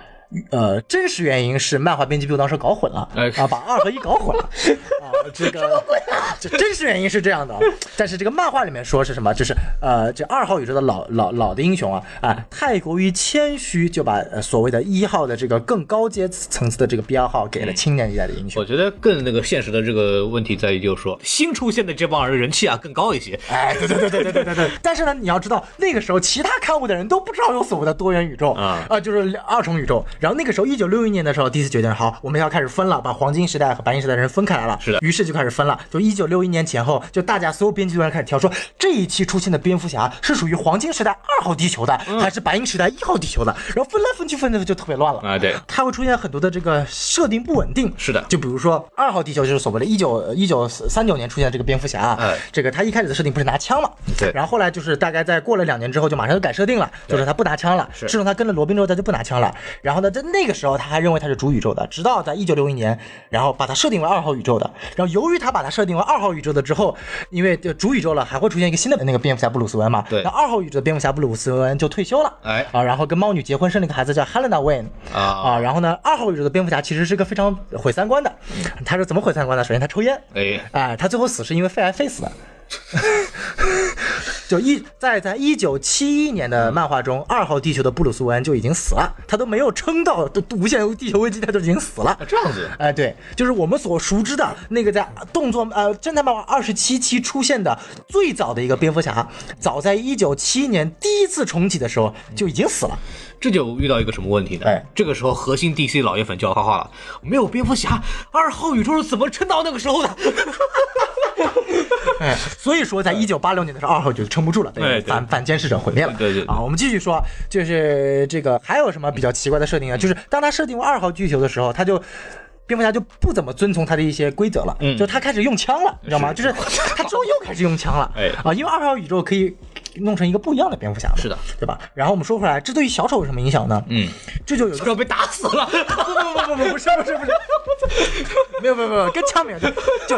呃，真实原因是漫画编辑部当时搞混了，
哎
啊，把二和一搞 混了，啊，这个什么鬼啊？就真实原因是这 样的，但是这个漫画里面说是什么？就是呃，这二号宇宙的老老老的英雄啊啊，太过于谦虚，就把、呃、所谓的一号的这个更高阶层次的这个 B 二号给了青年一代的英雄。
我觉得更那个现实的这个问题在于，就是说新出现的这帮人人气啊更高一些。
哎，对对对对对对对 对。但是呢，你要知道，那个时候其他刊物的人都不知道有所谓的多元宇宙
啊
就是二重宇宙。然后那个时候，一九六一年的时候，第一次决定，好，我们要开始分了，把黄金时代和白银时代的人分开来了。
是的
于是就开始分了，就一九六一年前后，就大家所有编辑都在开始挑说，这一期出现的蝙蝠侠是属于黄金时代二号地球的，
嗯
还是白银时代一号地球的？然后分来分去，分的就特别乱了
啊对
它会出现很多的这个设定不稳定。
是的
就比如说二号地球就是所谓的一九一九三九年出现的这个蝙蝠侠啊，
哎
这个他一开始的设定不是拿枪嘛，
对
然后后来就是大概在过了两年之后就马上就改设定了，就是他不拿枪了，
是
自从他跟了罗宾之后他就不拿枪了，然后呢在那个时候他还认为他是主宇宙的，直到在一九六一年，然后把他设定为二号宇宙的，然后由于他把他设定为二号宇宙的之后，因为就主宇宙了还会出现一个新的那个蝙蝠侠布鲁斯韦恩嘛，
对
那二号宇宙的蝙蝠侠布鲁斯韦恩就退休了，
哎
啊，然后跟猫女结婚生了一个孩子叫 Helena Wayne，
啊
啊，然后呢二号宇宙的蝙蝠侠其实是个非常毁三观的，他是怎么毁三观的？首先他抽烟，
哎，
哎，他最后死是因为肺癌肺死的。 就一在在一九七一年的漫画中，二号地球的布鲁斯·韦恩就已经死了，他都没有撑到都无限地球危机，他就已经死了
啊。这样子
哎，对，就是我们所熟知的那个在动作呃侦探漫画二十七期出现的最早的一个蝙蝠侠，早在一九七一年第一次重启的时候就已经死了。
这就遇到一个什么问题呢？
哎
这个时候核心 DC 老爷粉就要发话了，没有蝙蝠侠，二号宇宙是怎么撑到那个时候的？
哎，所以说，在一九八六年的时候，二号就撑不住了，
哎
被
对
反反监视者毁灭了。
对对对
啊，我们继续说，就是这个还有什么比较奇怪的设定
嗯
啊？就是当他设定为二号巨球的时候，他就。蝙蝠侠就不怎么遵从他的一些规则了，
嗯
就他开始用枪了，你知道吗？就是他之后又开始用枪了，
哎
啊，因为二号宇宙可以弄成一个不一样的蝙蝠侠嘛，
是的，
对吧？然后我们说回来，这对于小丑有什么影响呢？
嗯，
这就有一个
要被打死 了。
不不不不不不是不是不是，没有没有没有，跟枪没有，就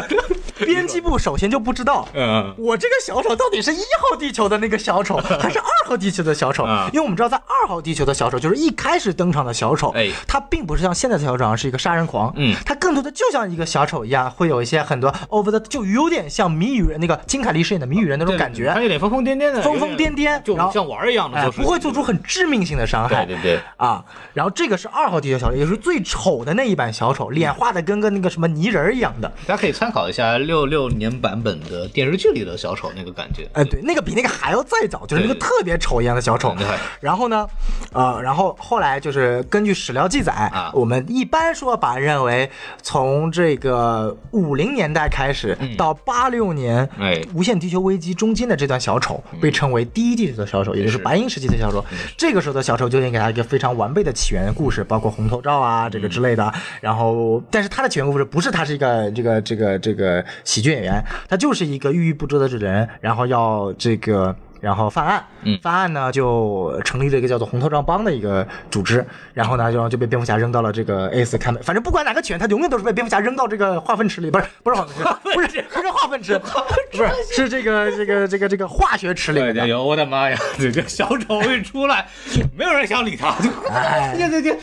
就 编辑部首先就不知道，
嗯嗯
我这个小丑到底是一号地球的那个小丑， 还是二号地球的小丑
啊？
因为我们知道，在二号地球的小丑就是一开始登场的小丑
哎，
他并不是像现在的小丑一样是一个杀人狂，
嗯
他更多的就像一个小丑一样，会有一些很多 over the，就有点像谜语人那个金凯利饰演的谜语人那种
对
感觉
他，有点疯疯癫癫的，
疯疯
有点
癫癫
就
然后
像玩儿一样的
哎，
做事情，
不会做出很致命性的伤害。
对对对
啊，然后这个是二号地球小丑，也是最丑的那一版小丑，脸画的跟个那个什么泥人儿一样的。
大家可以参考一下六六年版本的电视剧里的小丑那个感觉。
哎，对，那个比那个还要再早，就是那个
对
特别丑一样的小丑
对。
然后呢，呃，然后后来就是根据史料记载，
啊
我们一般说把认为从这个五零年代开始
嗯
到八六年，
哎
无限地球危机中间的这段小丑被称为第一地球的小丑，也就是
是
白银时期的小丑。这个时候的小丑就应给他一个非常完备的起源故事，包括红头罩啊这个之类的。然后，但是他的起源故事不是他是一个这个这个这个喜剧演员，他就是一个郁郁不得的人，然后要这个。然后犯案，
嗯
犯案呢就成立了一个叫做红头罩帮的一个组织，然后呢就就被蝙蝠侠扔到了这个 A 四看门，反正不管哪个犬，他永远都是被蝙蝠侠扔到这个化粪池里， 不是不是化粪池，不是不是化粪池，不是是这个这个这个这个化学池里面的。
呦，我的妈呀！ 这个小丑一出来，没有人想理他。 对对对，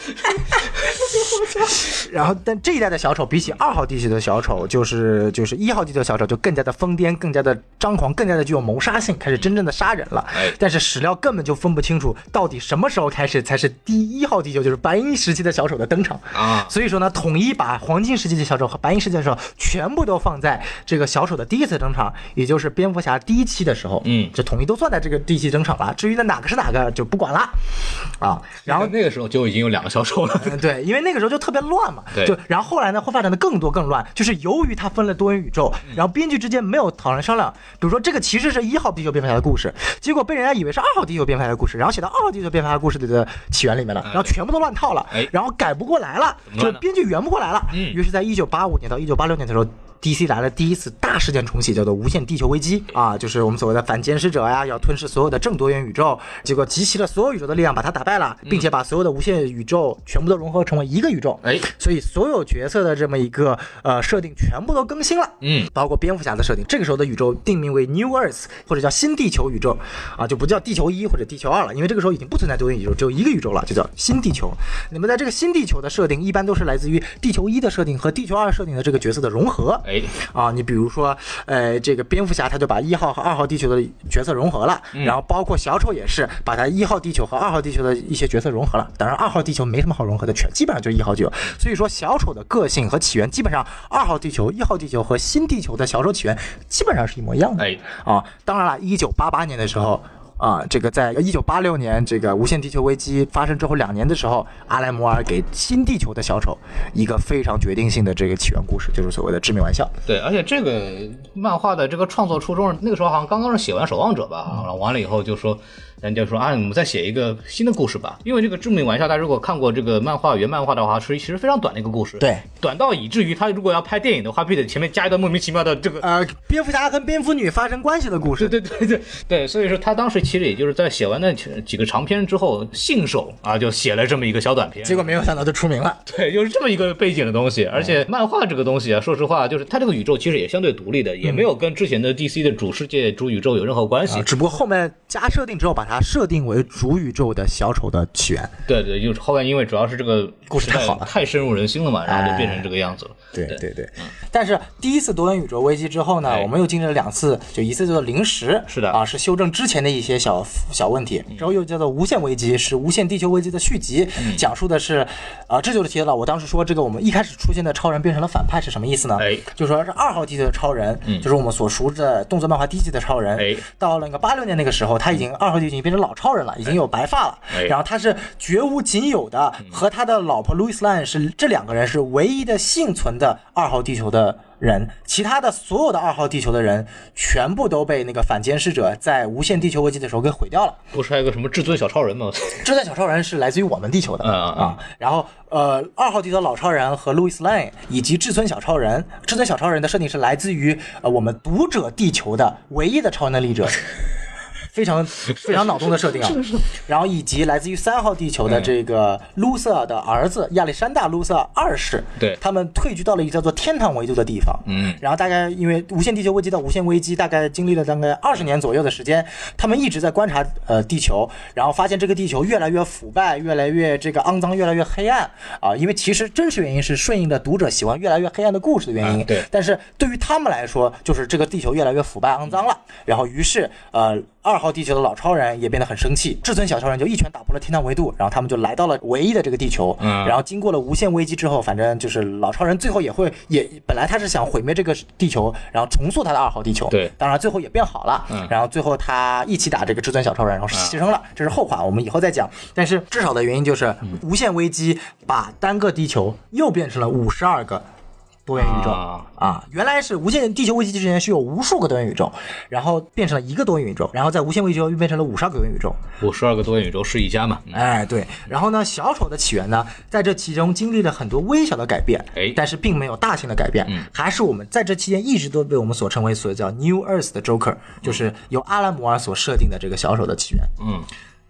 然后，但这一代的小丑比起二号地区的小丑，就是就是一号地区的小丑就更加的疯癫，更加的张狂，更加的具有谋杀性，开始真正的杀人了
哎。
但是史料根本就分不清楚到底什么时候开始才是第一号地球，就是白银时期的小丑的登场
啊
所以说呢，统一把黄金时期的小丑和白银时期的小丑全部都放在这个小丑的第一次登场，也就是蝙蝠侠第一期的时候，
嗯
就统一都算在这个第一期登场了。至于呢哪个是哪个就不管了，啊，
然
然 后
后那个时候就已经有两个小丑了。
嗯，对，因为那个时候就特别乱嘛，
对
就然后后来呢，会发展的更多更乱，就是由于它分了多元宇宙，然后编剧之间没有讨论商量，比如说这个其实是一号地球蝙蝠侠的故事，结果被人家以为是二号地球蝙蝠侠的故事，然后写到二号地球蝙蝠侠的故事里的起源里面了，然后全部都乱套了
哎，
然后改不过来了，
么
就
办
是
呢
编剧圆不过来了，
嗯
于是，在一九八五年到一九八六年的时候。DC 来了第一次大事件重启，叫做“无限地球危机”啊，就是我们所谓的反监视者呀，要吞噬所有的正多元宇宙。结果集齐了所有宇宙的力量，把它打败了，并且把所有的无限宇宙全部都融合成为一个宇宙。
哎，
所以所有角色的这么一个呃设定全部都更新了。
嗯，
包括蝙蝠侠的设定，这个时候的宇宙定名为 New Earth，或者叫新地球宇宙，啊，就不叫地球一或者地球二了，因为这个时候已经不存在多元宇宙，只有一个宇宙了，就叫新地球。那么在这个新地球的设定，一般都是来自于地球一的设定和地球二设定的这个角色的融合。
哎，
啊，你比如说，呃，这个蝙蝠侠他就把一号和二号地球的角色融合了，然后包括小丑也是把他一号地球和二号地球的一些角色融合了。当然，二号地球没什么好融合的，全基本上就是一号地球。所以说，小丑的个性和起源基本上二号地球、一号地球和新地球的小丑起源基本上是一模一样的。
哎
啊，当然了，一九八八年的时候。啊，这个在一九八六年这个无限地球危机发生之后两年的时候，阿莱摩尔给新地球的小丑一个非常决定性的这个起源故事，就是所谓的致命玩笑。
对，而且这个漫画的这个创作初衷，那个时候好像刚刚是写完《守望者》吧，然后完了以后就说，人家就说啊，你们再写一个新的故事吧，因为这个《致命玩笑》，大家如果看过这个漫画原漫画的话，是其实非常短的一个故事，
对，
短到以至于他如果要拍电影的话，必得前面加一段莫名其妙的这个
呃，蝙蝠侠跟蝙蝠女发生关系的故事。
对对对对对，所以说他当时其实也就是在写完那几几个长篇之后，信手啊就写了这么一个小短篇。
结果没有想到就出名了。
对，就是这么一个背景的东西。而
哎
且漫画这个东西啊，说实话，就是它这个宇宙其实也相对独立的，也没
嗯
有跟之前的 DC 的主世界、主宇宙有任何关系。
啊只不过后面加设定之后，把它设定为主宇宙的小丑的起源。
对对，就是后来因为主要是这个
故事
时代
太好了哎
太深入人心了嘛，然后就变成这个样子了。
对对对。但是第一次多元宇宙危机之后呢
哎，
我们又经历了两次，就一次叫做零时，
是的嗯
啊，是修正之前的一些小小问题，然后又叫做无限危机，是无限地球危机的续集，
嗯
讲述的是，啊，这就是提到了我当时说这个我们一开始出现的超人变成了反派是什么意思呢？
哎嗯
就说是二号地球的超人，就是我们所熟知的动作漫画第一季的超人，
哎
到了那个八六年那个时候，他已经二号地球已经变成老超人了，已经有白发了，
嗯哎
然后他是绝无仅有的，和他的老婆 Louis Lane 是这两个人是唯一的幸存的二号地球的人，其他的所有的二号地球的人全部都被那个反监视者在无限地球危机的时候给毁掉了。
不是还有个什么至尊小超人吗？
这代小超人是来自于我们地球的
嗯嗯嗯
啊，然后呃，二号地球的老超人和 Louis Lane 以及至尊小超人，至尊小超人的设定是来自于呃我们读者地球的唯一的超能力者。非常非常脑洞的设定啊。然后以及来自于三号地球的这个卢瑟的儿子亚历山大·卢瑟二世，
对
他们退居到了一个叫做天堂维度的地方。
嗯，
然后大概因为无限地球危机到无限危机，大概经历了大概二十年左右的时间，他们一直在观察呃地球，然后发现这个地球越来越腐败，越来越这个肮脏，越来越黑暗啊。因为其实真实原因是顺应着读者喜欢越来越黑暗的故事的原因。
啊对
但是对于他们来说，就是这个地球越来越腐败肮脏了。然后于是呃，二号地球的老超人也变得很生气，至尊小超人就一拳打破了天堂维度，然后他们就来到了唯一的这个地球。
嗯
然后经过了无限危机之后，反正就是老超人最后也会也本来他是想毁灭这个地球，然后重塑他的二号地球。
对
当然最后也变好了。
嗯
然后最后他一起打这个至尊小超人，然后牺牲了，这是后话，我们以后再讲。但是至少的原因就是
嗯
无限危机把单个地球又变成了五十二个。多元宇宙
啊
啊，原来是无限地球危机之前是有无数个多元宇宙，然后变成了一个多元宇宙，然后在无限危机后又变成了五十二个多元宇宙，
五十二个多元宇宙是一家嘛？嗯
哎，对。然后呢，小丑的起源呢，在这其中经历了很多微小的改变，
哎嗯
但是并没有大型的改变，还是我们在这期间一直都被我们所称为所谓叫 New Earth 的 Joker，就是由阿兰摩尔所设定的这个小丑的起源。
嗯，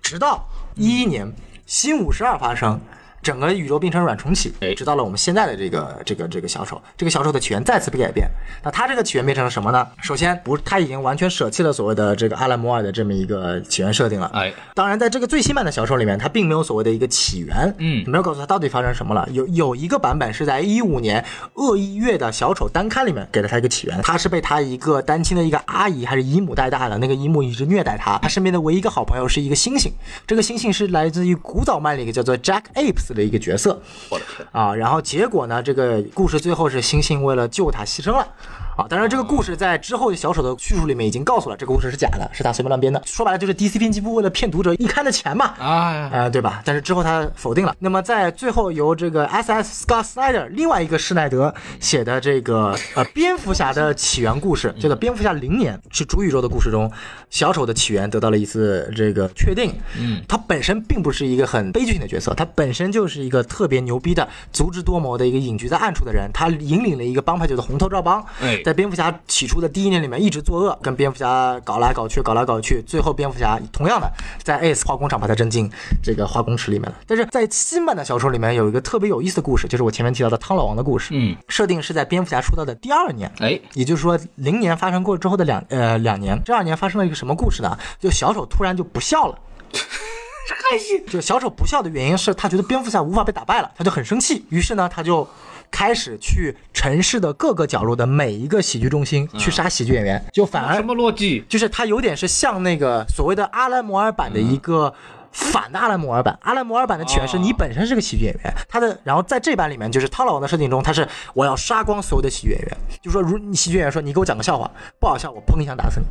直到一一年新五十二发生。整个宇宙变成软重启
哎，
直到了我们现在的这个这个这个小丑，这个小丑的起源再次被改变。那他这个起源变成了什么呢？首先，不是他已经完全舍弃了所谓的这个阿兰摩尔的这么一个起源设定了，
哎，
当然，在这个最新版的小丑里面，它并没有所谓的一个起源，
嗯
没有告诉他到底发生什么了。有有一个版本是在一五年恶意月的小丑单刊里面给了他一个起源，他是被他一个单亲的一个阿姨还是姨母带大的，那个姨母一直虐待他，他身边的唯一一个好朋友是一个猩猩，这个猩猩是来自于古早漫里一个叫做 Jack Apes 的一个角色，
我的天，
啊，然后结果呢，这个故事最后是猩猩为了救他牺牲了。啊，当然，这个故事在之后的小丑的叙述里面已经告诉了，这个故事是假的，是他随便乱编的。说白了就是 DC 编辑部为了骗读者一刊的钱嘛，
哎呀，
啊、对吧？但是之后他否定了。那么在最后由这个 S.S. Scott Snyder 另外一个施耐德写的这个呃蝙蝠侠的起源故事，叫做《蝙蝠侠零年》，是主宇宙的故事中，小丑的起源得到了一次这个确定。嗯，他本身并不是一个很悲剧性的角色，他本身就是一个特别牛逼的足智多谋的一个隐居在暗处的人，他引领了一个帮派叫做红头罩帮
哎，
在蝙蝠侠起初的第一年里面一直作恶，跟蝙蝠侠搞来搞去，搞来搞去，最后蝙蝠侠同样的在 Ace 化工厂把他扔进这个化工池里面了。但是在新版的小说里面有一个特别有意思的故事，就是我前面提到的汤老王的故事，
嗯，
设定是在蝙蝠侠出道的第二年，
哎，
也就是说，零年发生过之后的两呃两年，这二年发生了一个什么故事呢？就小丑突然就不笑了。就小丑不笑的原因是他觉得蝙蝠侠无法被打败了，他就很生气，于是呢，他就开始去城市的各个角落的每一个喜剧中心去杀喜剧演员，就反
什
而
么逻辑？
就是他有点是像那个所谓的阿兰摩尔版的一个。反的阿兰摩尔版，阿兰摩尔版的起源是
哦
你本身是个喜剧演员，他的然后在这版里面就是汤老王的设定中，他是我要杀光所有的喜剧演员，就说如你喜剧演员说你给我讲个笑话不好笑，我砰一枪打死你，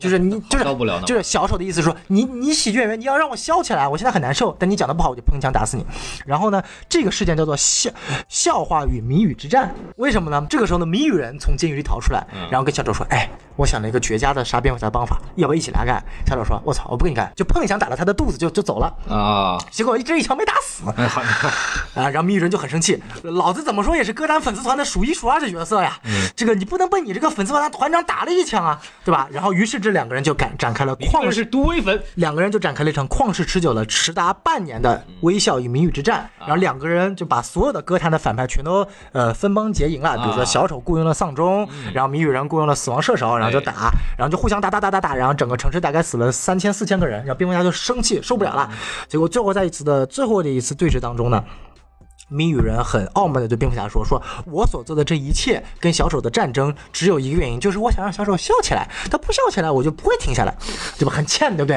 就是你就是
到不了呢
就是小丑的意思是说，你你喜剧演员，你要让我笑起来，我现在很难受，但你讲的不好，我就砰一枪打死你。然后呢，这个事件叫做笑笑话与谜语之战，为什么呢？这个时候呢，谜语人从监狱里逃出
嗯
来，然后跟小丑说，哎，我想了一个绝佳的杀蝙蝠侠的方法，要不要一起来干？小丑说，我操，我不跟你干，就砰一枪打了他的肚子，就就走了。
啊，
结果这一枪没打死，
哎，好，
啊，然后谜语人就很生气，老子怎么说也是歌坛粉丝团的数一数二的角色呀，
嗯
这个你不能被你这个粉丝团的团长打了一枪啊，对吧？然后于是这两个人就展展开了
你这
旷
个
世，
是毒威粉，
两个人就展开了一场旷世持久的长达半年的
嗯
微笑与谜语之战，
啊
然后两个人就把所有的歌坛的反派全都呃分帮结营了，比如
啊
说
嗯
小丑雇佣了丧钟，然后谜语人雇佣了死亡射手，然后就
哎
打，然后就互相打打打打打，然后整个城市大概死了三千四千个人，然后蝙蝠侠就生气受不了
嗯
了，结果最后在一次的最后的一次对峙当中呢。谜语人很傲慢的对蝙蝠侠说：“说我所做的这一切跟小丑的战争只有一个原因，就是我想让小丑笑起来。他不笑起来，我就不会停下来，对吧？很欠，对不对？”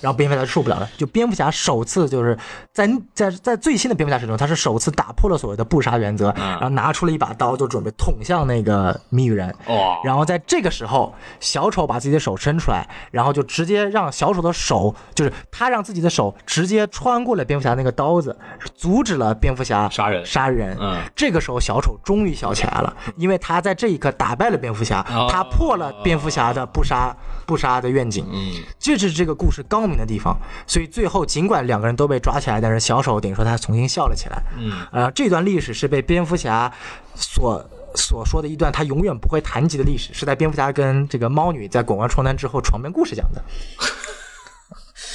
然后蝙蝠侠受不了了，就蝙蝠侠首次就是在在在最新的蝙蝠侠史中，他是首次打破了所谓的不杀原则，然后拿出了一把刀，就准备捅向那个谜语人。
哇
然后在这个时候，小丑把自己的手伸出来，然后就直接让小丑的手，就是他让自己的手直接穿过了蝙蝠侠那个刀子，阻止了蝙蝠侠
杀人
杀人。
嗯
这个时候小丑终于想起来了，因为他在这一刻打败了蝙蝠侠，
哦
他破了蝙蝠侠的不杀不杀的愿景。
嗯，
这是这个故事高明的地方，所以最后尽管两个人都被抓起来，但是小丑等于说他重新笑了起来。
嗯，
呃，这段历史是被蝙蝠侠所所说的一段他永远不会谈及的历史，是在蝙蝠侠跟这个猫女在滚完床单之后床边故事讲的。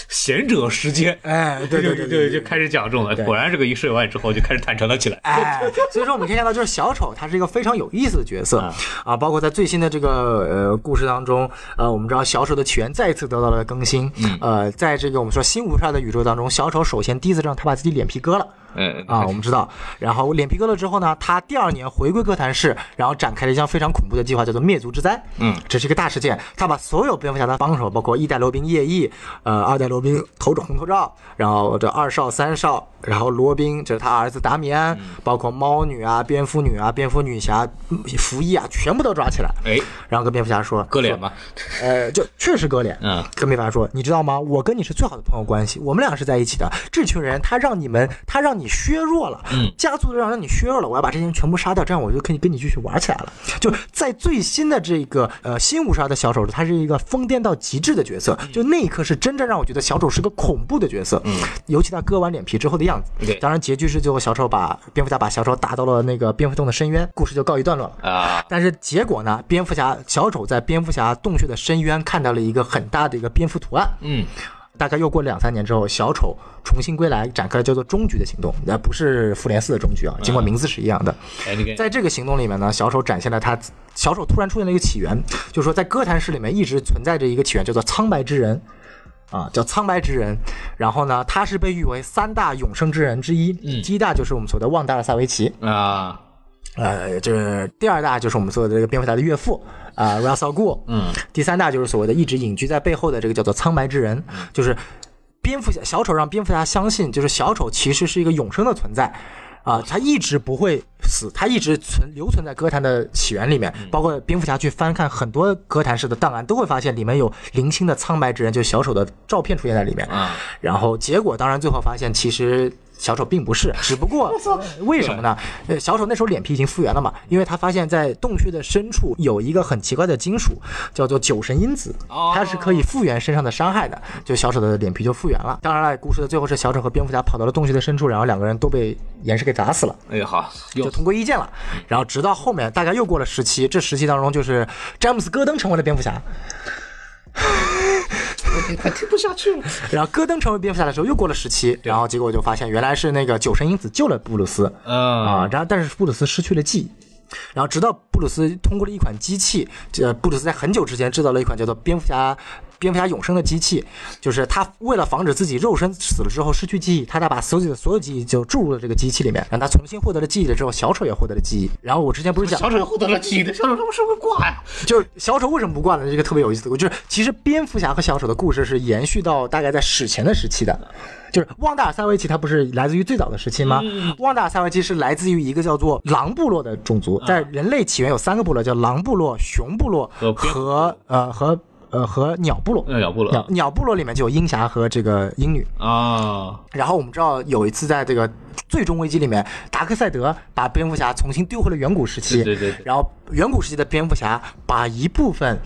贤者时间，
哎，对对对对，
就就开始讲这种了。
对
果然，这个一睡完之后就开始坦诚了起来。
哎，所以说我们可以看到，就是小丑他是一个非常有意思的角色啊，包括在最新的这个呃故事当中，呃，我们知道小丑的起源再次得到了更新，呃，在这个我们说新无帅的宇宙当中，小丑首先第一次让他把自己脸皮割了。
嗯
啊，我们知道。然后脸皮割了之后呢，他第二年回归哥谭市，然后展开了一项非常恐怖的计划，叫做灭族之灾。
嗯，
这是一个大事件。他把所有蝙蝠侠的帮手，包括一代罗宾夜翼，呃，二代罗宾头着红头罩，然后这二少、三少，然后罗宾就是他儿子达米安，包括猫女啊、蝙蝠女啊、蝙蝠女侠、嗯服役啊，全部都抓起来。
哎，
然后跟蝙蝠侠说：“
割脸吧，
呃，就确实割脸。
嗯，
跟没法说，你知道吗？我跟你是最好的朋友关系，我们俩是在一起的。这群人他让你们，他让你削弱了，
嗯，
家族的让让你削弱了，我要把这些人全部杀掉，这样我就可以跟你继续玩起来了。就在最新的这个呃新五十二的小丑，他是一个疯癫到极致的角色，
嗯
就那一刻是真正让我觉得小丑是个恐怖的角色，嗯，尤其他割完脸皮之后的样子。
对
当然结局是最后小丑把蝙蝠侠把小丑打到了那个蝙蝠洞的深渊，故事就告一段落了。
啊，
但是结果呢？蝙蝠侠小丑在蝙蝠侠洞穴的深渊看到了一个很大的一个蝙蝠图案。
嗯，
大概又过两三年之后，小丑重新归来，展开了叫做终局的行动，那不是复联四的终局啊，尽管名字是一样的。
哎，你给
在这个行动里面呢，小丑展现了他小丑突然出现了一个起源，就是说在哥谭市里面一直存在着一个起源，叫做苍白之人。啊，叫苍白之人，然后呢，他是被誉为三大永生之人之一，
嗯
第一大就是我们所谓的旺达尔萨维奇，
啊，
呃，就是第二大就是我们说的这个蝙蝠侠的岳父啊、r u s s e l g o o
嗯，
第三大就是所谓的一直隐居在背后的这个叫做苍白之人，
嗯
就是蝙蝠侠小丑让蝙蝠侠相信，就是小丑其实是一个永生的存在。啊，他一直不会死，他一直存留存在歌坛的起源里面，
嗯
包括蝙蝠侠去翻看很多歌坛式的档案，都会发现里面有零星的苍白之人，就是小丑的照片出现在里面。
啊，
然后结果当然最后发现，其实小丑并不是，只不过呃为什么呢？呃，小丑那时候脸皮已经复原了嘛，因为他发现在洞穴的深处有一个很奇怪的金属，叫做酒神因子
哦，
它是可以复原身上的伤害的，就小丑的脸皮就复原了。当然了，故事的最后是小丑和蝙蝠侠跑到了洞穴的深处，然后两个人都被岩石给砸死了。
哎，好，
就
又
同归于尽了。然后直到后面大概又过了十期，这十期当中就是詹姆斯·戈登成为了蝙蝠侠。 我快听不下去了。然后戈登成为蝙蝠侠的时候，又过了十期，然后结果就发现原来是那个酒神因子救了布鲁斯啊
嗯，，
然后但是布鲁斯失去了记忆。然后直到布鲁斯通过了一款机器，呃，布鲁斯在很久之前制造了一款叫做蝙蝠侠。蝙蝠侠永生的机器，就是他为了防止自己肉身死了之后失去记忆，他把所有的所有记忆就注入了这个机器里面，让他重新获得了记忆了之后，小丑也获得了记忆。然后我之前不是讲
小丑获得了记忆的，小丑他们是不是挂呀？
就是小丑为什么不挂呢？这个特别有意思的故事，就是其实蝙蝠侠和小丑的故事是延续到大概在史前的时期的，就是旺达尔塞维奇他不是来自于最早的时期吗？旺达尔塞维奇是来自于一个叫做狼部落的种族，在人类起源有三个部落，叫狼部落、熊部落
和蝙蝠
和呃和呃和鸟部落。
那了不
鸟
了
鸟部落里面就有鹰侠和这个鹰女，
啊，
然后我们知道有一次在这个最终危机里面，达克赛德把蝙蝠侠重新丢回了远古时期，
对对对对
然后远古时期的蝙蝠侠把一部分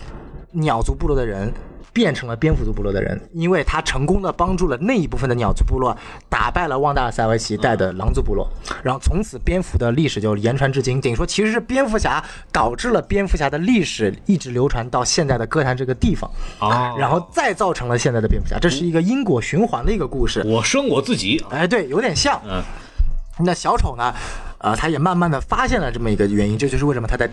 鸟族部落的人。变成了蝙蝠族部落的人，因为他成功的帮助了那一部分的鸟族部落，打败了旺达尔塞维奇带的狼族部落，然后从此蝙蝠的历史就言传至今。等于说，其实是蝙蝠侠导致了蝙蝠侠的历史一直流传到现在的哥谭这个地方，
啊，
然后再造成了现在的蝙蝠侠。这是一个因果循环的一个故事。
我生我自己，
哎，对，有点像。
嗯，
那小丑呢？呃，他也慢慢的发现了这么一个原因，这就是为什么他在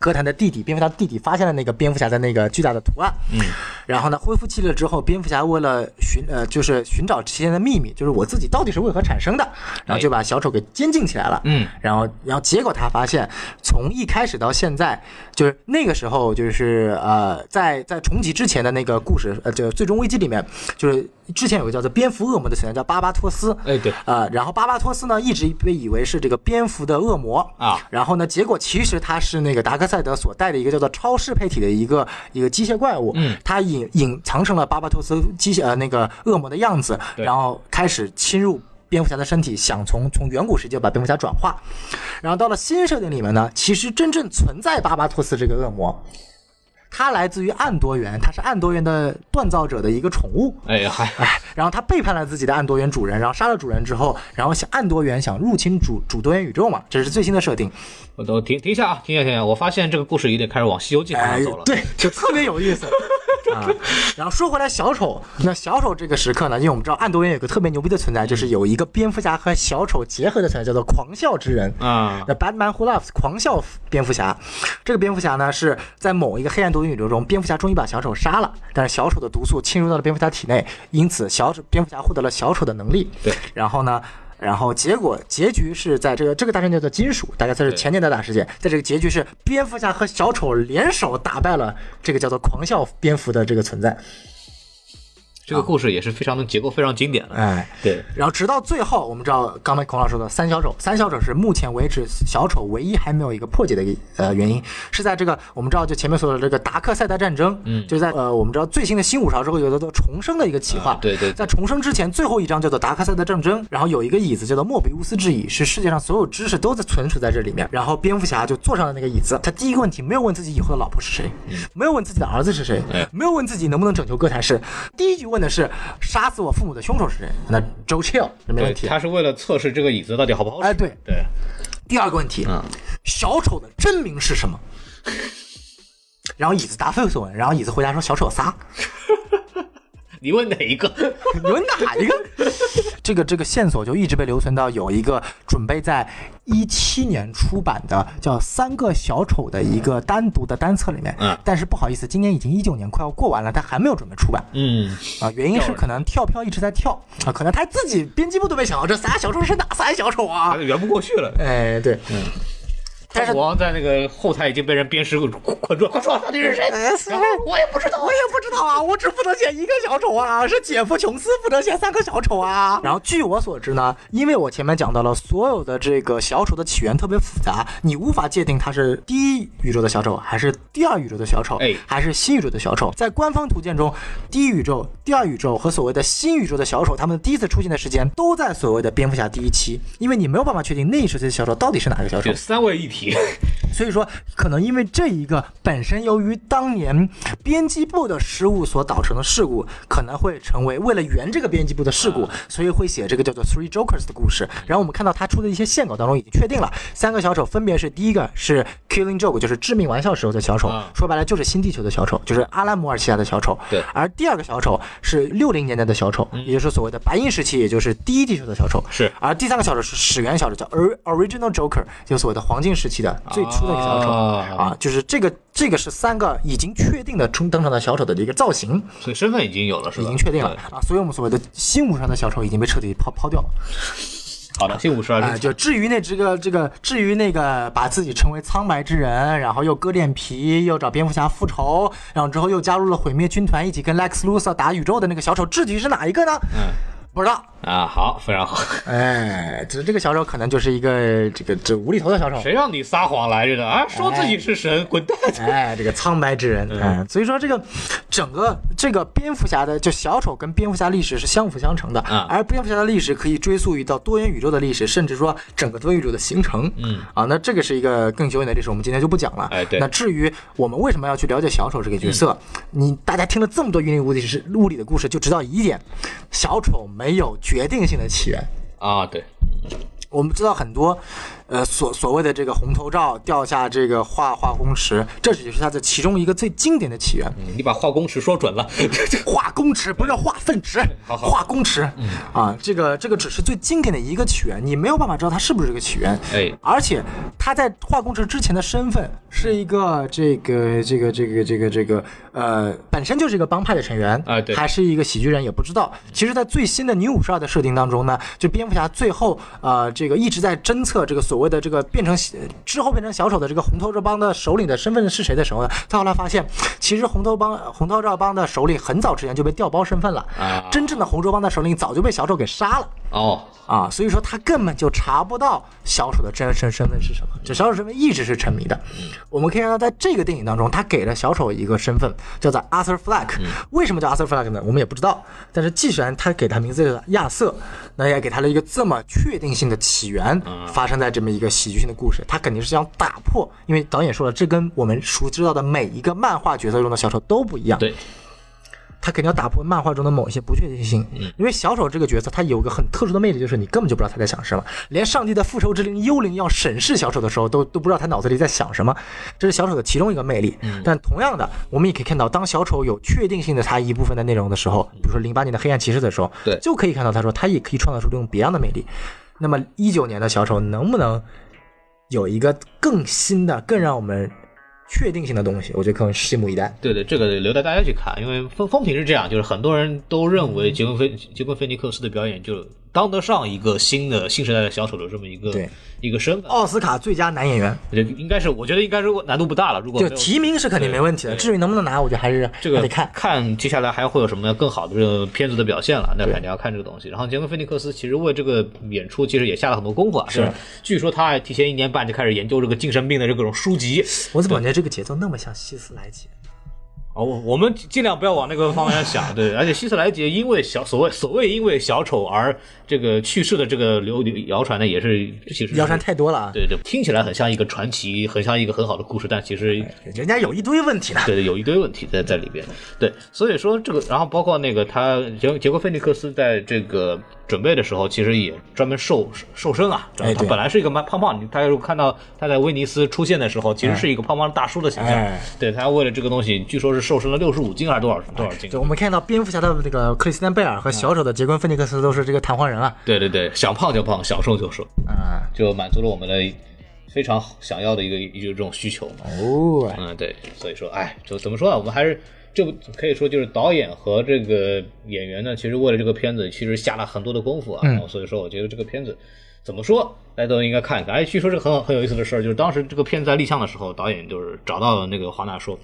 哥谭的弟弟，蝙蝠侠弟弟发现了那个蝙蝠侠的那个巨大的图案。嗯，然后呢，恢复记忆了之后，蝙蝠侠为了寻呃，就是寻找之间的秘密，就是我自己到底是为何产生的，然后就把小丑给监禁起来了。
哎嗯，
然后然后结果他发现，从一开始到现在，就是那个时候，就是呃，在在重启之前的那个故事，呃，就最终危机里面，就是之前有个叫做蝙蝠恶魔的存在，叫巴巴托斯。
哎对
呃，然后巴巴托斯呢，一直被以为是这个蝙蝠的恶魔
啊
然后呢，结果其实他是那个达克赛德所带的一个叫做超适配体的一个一个机械怪物，
嗯，
它隐隐藏成了巴巴托斯机械呃那个恶魔的样子，
对
然后开始侵入。蝙蝠侠的身体想从从远古世界把蝙蝠侠转化，然后到了新设定里面呢，其实真正存在巴巴托斯这个恶魔，他来自于暗多元，他是暗多元的锻造者的一个宠物。
哎嗨，
哎，然后他背叛了自己的暗多元主人，然后杀了主人之后，然后想暗多元想入侵主主多元宇宙嘛，这是最新的设定。
我都停停一下啊，停一下，停一下！我发现这个故事有点开始往《西游记》方
哎
向走了。，
对，就特别有 意思。啊，然后说回来，小丑，那小丑这个时刻呢，因为我们知道暗多元有个特别牛逼的存在，就是有一个蝙蝠侠和小丑结合的存在，叫做狂笑之人。
啊，
那 Batman Who Laughs 狂笑蝙蝠侠，这个蝙蝠侠呢是在某一个黑暗多元宇宙中，蝙蝠侠终于把小丑杀了，但是小丑的毒素侵入到了蝙蝠侠体内，因此小丑蝙蝠侠获得了小丑的能力。
对，
然后呢？然后结果结局是在这个这个大战叫做金属，大概在是前年的大事件，在这个结局是蝙蝠侠和小丑联手打败了这个叫做狂笑蝙蝠的这个存在，
这个故事也是非常的结构非常经典的。
哎，
对，
然后直到最后，我们知道刚才孔老师说的三小丑，三小丑是目前为止小丑唯一还没有一个破解的一个呃原因，是在这个我们知道就前面说的这个达克赛代战争，嗯，就在呃我们知道最新的新五朝之后有叫做重生的一个企划，
啊对对对
在重生之前最后一章叫做达克赛代战争，然后有一个椅子叫做莫比乌斯之椅，是世界上所有知识都在存储在这里面，然后蝙蝠侠就坐上了那个椅子，他第一个问题没有问自己以后的老婆是谁，
嗯
没有问自己的儿子是谁，
哎
没有问自己能不能拯救哥谭市，第一句问的是杀死我父母的凶手是谁，那周 chill 这没问
对，
题，
他是为了测试这个椅子到底好不好使。
哎对，
对，
第二个问题，
嗯
小丑的真名是什么？然后椅子答非所问，然后椅子回答说小丑仨。
你问哪一个？
你们哪一个？ 这个这个线索就一直被留存到有一个准备在一七年出版的叫《三个小丑》的一个单独的单册里面。
嗯
但是不好意思，今年已经一九年快要过完了，他还没有准备出版
嗯，
啊。原因
跳
是
了
可能跳票一直在跳啊，可能他自己编辑部都没想到这仨小丑是哪仨小丑啊
他？圆不过去了。
哎，对，但是
国王在那个后台已经被人鞭尸捆住了，快说到底是谁？
哎是
然后我也不知道
我。也不知 道啊，我只负责写一个小丑啊，是姐夫琼斯负责写三个小丑啊。然后据我所知呢，因为我前面讲到了所有的这个小丑的起源特别复杂，你无法界定他是第一宇宙的小丑，还是第二宇宙的小丑，
哎
还是新宇宙的小丑。在官方图鉴中，第一宇宙、第二宇宙和所谓的新宇宙的小丑，他们第一次出现的时间都在所谓的蝙蝠侠第一期，因为你没有办法确定那一时期的小丑到底是哪个小丑
就。三位一体，
所以说，可能因为这一个本身由于当年编辑部的失误所导成的事故，可能会成为为了圆这个编辑部的事
啊
故，所以会写这个叫做 Three Jokers 的故事。
嗯
然后我们看到他出的一些线稿当中已经确定了，三个小丑分别是第一个是 Killing Joke，就是致命玩笑时候的小丑，
啊
说白了就是新地球的小丑，就是阿拉摩尔旗下的小丑。
对嗯
而第二个小丑是六零年代的小丑，也就是所谓的白银时期，也就是第一地球的小丑。
是
而第三个小丑是始源小丑，叫 Ori- Original Joker，就是所谓的黄金时期的最初的一个小丑
啊
啊，就是这个这个是三个已经确定的中登场的小丑的一个造型
所以身份已经有了，是
已
吧？
经确定了
对。
啊，所以我们所谓的新五上的小丑已经被彻底抛抛掉了
好的，幸五十二
啊、
是
就至于那这个这个至于那个把自己称为苍白之人，然后又割脸皮，又找蝙蝠侠复仇，然后之后又加入了毁灭军团，一起跟 Lex Luthor 打宇宙的那个小丑，至于是哪一个呢？嗯，不知道。
啊，好，非常好。
哎，这这个小丑可能就是一个这个这无厘头的小丑。
谁让你撒谎来着的啊？说自己是神，滚蛋！
哎，这个苍白之
嗯
人，哎，所以说这个整个这个蝙蝠侠的就小丑跟蝙蝠侠历史是相辅相成的，
啊
而蝙蝠侠的历史可以追溯于到多元宇宙的历史，甚至说整个多元宇宙的形成，嗯，啊，那这个是一个更久远的历史，我们今天就不讲了。
哎对
那至于我们为什么要去了解小丑这个角色，
嗯
你大家听了这么多云里雾里是雾里的故事，就知道一点，小丑没有决定性的起源。
啊，对，
我们知道很多，呃，所所谓的这个红头罩掉下这个化化工池，这只是它的其中一个最经典的起源。
嗯你把化工池说准了。
化工池不是化粪池，
嗯好嗯好
化工池啊，这个这个只是最经典的一个起源，你没有办法知道它是不是这个起源。
哎
而且他在化工池之前的身份是一个这个这个这个这个这个呃，本身就是一个帮派的成员
啊对
还是一个喜剧人也不知道。其实，在最新的女武士二的设定当中呢，就蝙蝠侠最后呃这个一直在侦测这个所谓的这个变成之后变成小丑的这个红头罩帮的首领的身份是谁的时候呢，他后来发现，其实红头帮红头罩帮的首领很早之前就被调包身份了，
啊
真正的红头帮的首领早就被小丑给杀了。
哦，
啊，所以说他根本就查不到小丑的真实身份是什么，这小丑身份一直是沉迷的。我们可以看到，在这个电影当中，他给了小丑一个身份，叫做 Arthur Fleck。为什么叫 Arthur Fleck 呢？我们也不知道。但是既然他给他名字叫亚瑟，那也给他了一个这么确定性的起源，发生在这么一个喜剧性的故事，他肯定是想打破，因为导演说了，这跟我们熟知到的每一个漫画角色中的小丑都不一样。
对，
他肯定要打破漫画中的某一些不确定性，因为小丑这个角色他有一个很特殊的魅力，就是你根本就不知道他在想什么，连上帝的复仇之灵幽灵要审视小丑的时候，都都不知道他脑子里在想什么，这是小丑的其中一个魅力。但同样的，我们也可以看到，当小丑有确定性的他一部分的内容的时候，比如说零八年的黑暗骑士的时候，
对
就可以看到他说他也可以创造出这种别样的魅力。那么一九年的小丑能不能有一个更新的、更让我们确定性的东西？我觉得可能拭目以待。
对对，这个留待大家去看，因为风风评是这样，就是很多人都认
嗯
为杰昆菲杰昆菲尼克斯的表演就当得上一个新的新时代的小丑的这么一个
对
一个身份，
奥斯卡最佳男演员，
这应该是我觉得应该如果难度不大了，如果
就
没有
提名是肯定没问题的，
对
至于能不能拿，我觉得还是
这个
还得看。
看接下来还会有什么更好的这个片子的表现了，那肯定要看这个东西。然后杰克菲尼克斯其实为这个演出其实也下了很多功夫啊，
是
就据说他还提前一年半就开始研究这个精神病的这各种书籍。
我怎么感觉这个节奏那么像希斯莱杰？
哦，我我们尽量不要往那个方向 想，对。而且希斯莱杰因为小所谓所谓因为小丑而这个去世的这个流谣传呢，也是其实
谣传太多了啊，
对对，听起来很像一个传奇，很像一个很好的故事，但其实
人家有一堆问题呢。
对对，有一堆问题在在里边。对，所以说这个，然后包括那个他杰杰克菲尼克斯在这个准备的时候，其实也专门瘦瘦身啊。
哎
他
对
本来是一个蛮胖胖，的，他如果看到他在威尼斯出现的时候，其实是一个胖胖大叔的形象。
哎
对他为了这个东西，据说是瘦身了六十五斤还是多少多少斤
就？我们看到蝙蝠侠的这个克里斯汀贝尔和小丑的杰昆菲尼克斯都是这个弹簧人啊，
对对对，想胖就胖，想瘦就瘦，
啊
就满足了我们的非常想要的一个一个这种需求。
哦，
嗯，对，所以说，哎，就怎么说呢？我们还是这部可以说就是导演和这个演员呢，其实为了这个片子其实下了很多的功夫啊。然后所以说，我觉得这个片子怎么说，大家都应该看一看。哎，据说这个很好很有意思的事儿，就是当时这个片子在立项的时候，导演就是找到了那个华纳说，